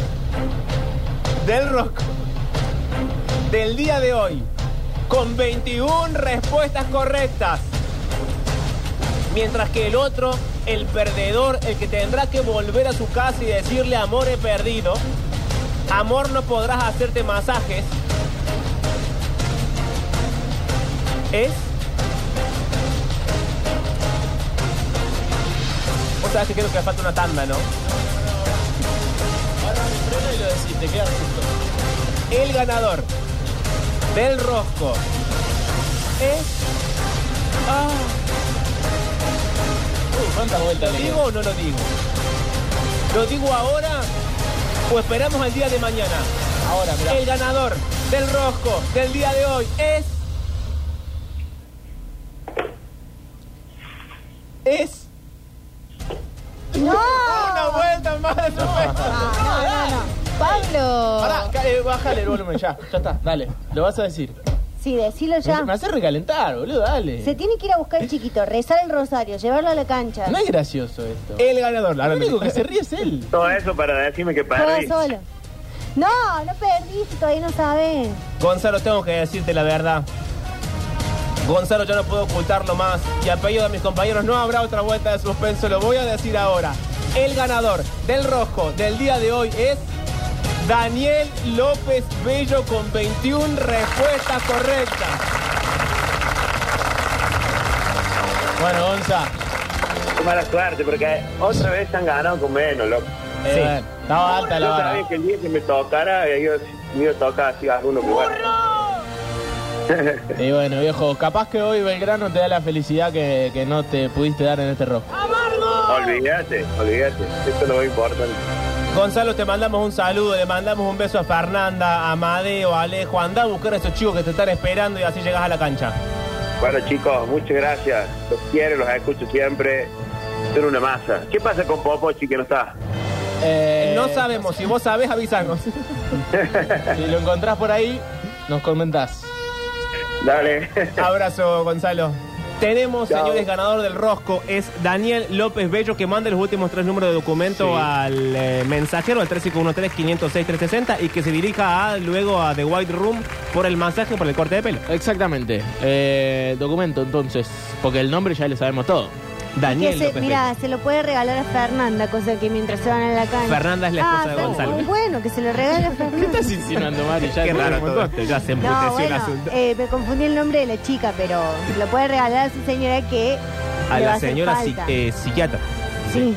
Speaker 2: del rosco del día de hoy, con 21 respuestas correctas, mientras que el otro, el perdedor, el que tendrá que volver a su casa y decirle amor he perdido, Amor, no podrás hacerte masajes. Es. Vos sabés que creo que falta una tanda, ¿no? El ganador del rosco es. Ah. ¿Lo digo o no lo digo? ¿Lo digo ahora o esperamos al día de mañana? Ahora, El ganador del rosco del día de hoy es. Es. ¡Una vuelta más!
Speaker 1: Ah.
Speaker 5: Pablo.
Speaker 1: Pará, ca- eh, bájale el volumen ya, ya está, dale, lo vas a decir.
Speaker 5: Sí, decilo
Speaker 1: Me, me
Speaker 5: ya.
Speaker 1: hace recalentar, boludo, dale.
Speaker 5: Se tiene que ir a buscar el chiquito, rezar el rosario, llevarlo a la cancha.
Speaker 1: No es gracioso esto.
Speaker 2: El ganador. Ahora
Speaker 1: Lo
Speaker 2: me-
Speaker 1: único que se ríe es él.
Speaker 6: Todo eso para decirme que
Speaker 5: Juega
Speaker 6: perdí.
Speaker 5: solo. No, no perdiste, todavía no sabes.
Speaker 2: Gonzalo, tengo que decirte la verdad. Gonzalo, yo no puedo ocultarlo más. Y a pedido de mis compañeros no habrá otra vuelta de suspenso. Lo voy a decir ahora. El ganador del rojo del día de hoy es Daniel López Bello con 21 respuestas correctas.
Speaker 1: Bueno, Gonza.
Speaker 6: Qué mala suerte, porque otra vez han ganado con menos, loco.
Speaker 1: eh, bueno, estaba alta la
Speaker 6: Yo
Speaker 1: vara.
Speaker 6: sabía que el día que me tocara, eh, yo me iba a tocar así a pues. alguno que bueno.
Speaker 1: Y bueno, viejo, capaz que hoy Belgrano te da la felicidad que, que no te pudiste dar en este rock.
Speaker 6: Olvídate, olvídate. Esto es lo más importante.
Speaker 2: Gonzalo, te mandamos un saludo, le mandamos un beso a Fernanda, a Amadeo, a Alejo. Andá a buscar a esos chicos que te están esperando y así llegas a la cancha.
Speaker 6: Bueno, chicos, muchas gracias. Los quiero, los escucho siempre. Son una masa. ¿Qué pasa con Popochi que no está?
Speaker 1: Eh,
Speaker 2: no sabemos, si vos sabés,
Speaker 5: [laughs]
Speaker 2: avísanos.
Speaker 1: Si lo encontrás por ahí, nos comentás.
Speaker 6: Dale.
Speaker 2: Abrazo, Gonzalo. Tenemos,
Speaker 6: Chao.
Speaker 2: señores, ganador del rosco. Es Daniel López Bello, que manda los últimos tres números de documento al eh, mensajero, al 3513-506-360, y que se dirija a- luego a The White Room por el masaje, por el corte de pelo.
Speaker 1: Exactamente. Eh, documento, entonces. Porque el nombre ya le sabemos todo.
Speaker 2: Daniel
Speaker 5: Que se,
Speaker 2: López
Speaker 5: mira,
Speaker 2: Bello.
Speaker 5: se lo puede regalar a Fernanda, cosa que mientras se van a la cancha.
Speaker 2: Fernanda es la esposa
Speaker 5: Ah,
Speaker 2: de
Speaker 5: está
Speaker 2: Gonzalo.
Speaker 5: Muy bueno, que se lo regale a
Speaker 1: ¿Qué
Speaker 5: Fernanda.
Speaker 1: estás insinuando, Mari? Ya [laughs]
Speaker 2: Qué
Speaker 1: te-
Speaker 2: raro todo esto, ya se emputeció
Speaker 5: No,
Speaker 2: el
Speaker 5: bueno,
Speaker 2: asunto.
Speaker 5: eh, me confundí el nombre de la chica, pero se lo puede regalar a su señora que.
Speaker 2: a
Speaker 5: le va
Speaker 2: la
Speaker 5: hacer
Speaker 2: señora
Speaker 5: falta.
Speaker 2: psi- eh, psiquiatra.
Speaker 5: Sí.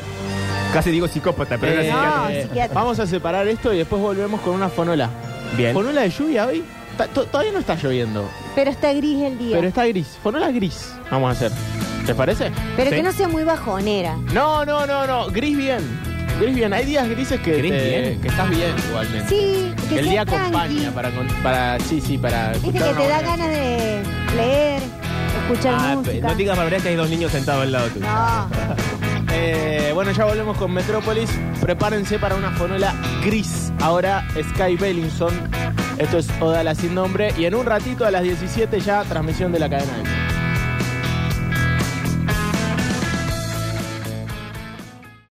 Speaker 2: Casi digo psicópata, pero era
Speaker 1: Eh,
Speaker 5: No,
Speaker 2: psiquiatra.
Speaker 5: psiquiatra.
Speaker 1: Vamos a separar esto y después volvemos con una fonola.
Speaker 2: Bien.
Speaker 1: ¿Fonola de lluvia hoy? Ta- to- todavía no está lloviendo,
Speaker 5: Pero está gris el día.
Speaker 1: pero
Speaker 5: Pero,
Speaker 1: está gris. Fonola gris vamos a hacer. ¿Te parece?
Speaker 2: Sí.
Speaker 5: que no sea muy bajonera.
Speaker 1: No, no, no, no. Gris bien. Gris bien. Hay días grises que,
Speaker 2: Gris
Speaker 1: te-
Speaker 2: bien.
Speaker 1: que estás bien igualmente.
Speaker 5: Sí, que
Speaker 1: el
Speaker 5: sea
Speaker 1: día
Speaker 5: tranqui.
Speaker 1: acompaña para, con- para... Sí, sí, para...
Speaker 5: Viste
Speaker 1: escuchar
Speaker 5: que te
Speaker 1: una
Speaker 5: da
Speaker 1: buena-
Speaker 5: ganas de leer, escuchar
Speaker 2: Ah, pe-
Speaker 5: música.
Speaker 2: no digas barbaridad que hay dos niños sentados al lado tuyo.
Speaker 5: No.
Speaker 1: Eh, bueno, ya volvemos con Metrópolis. Prepárense para una fonola gris. Ahora Sky Bellinson. Esto es Odala sin nombre. Y en un ratito a las 17 ya transmisión de la cadena. de...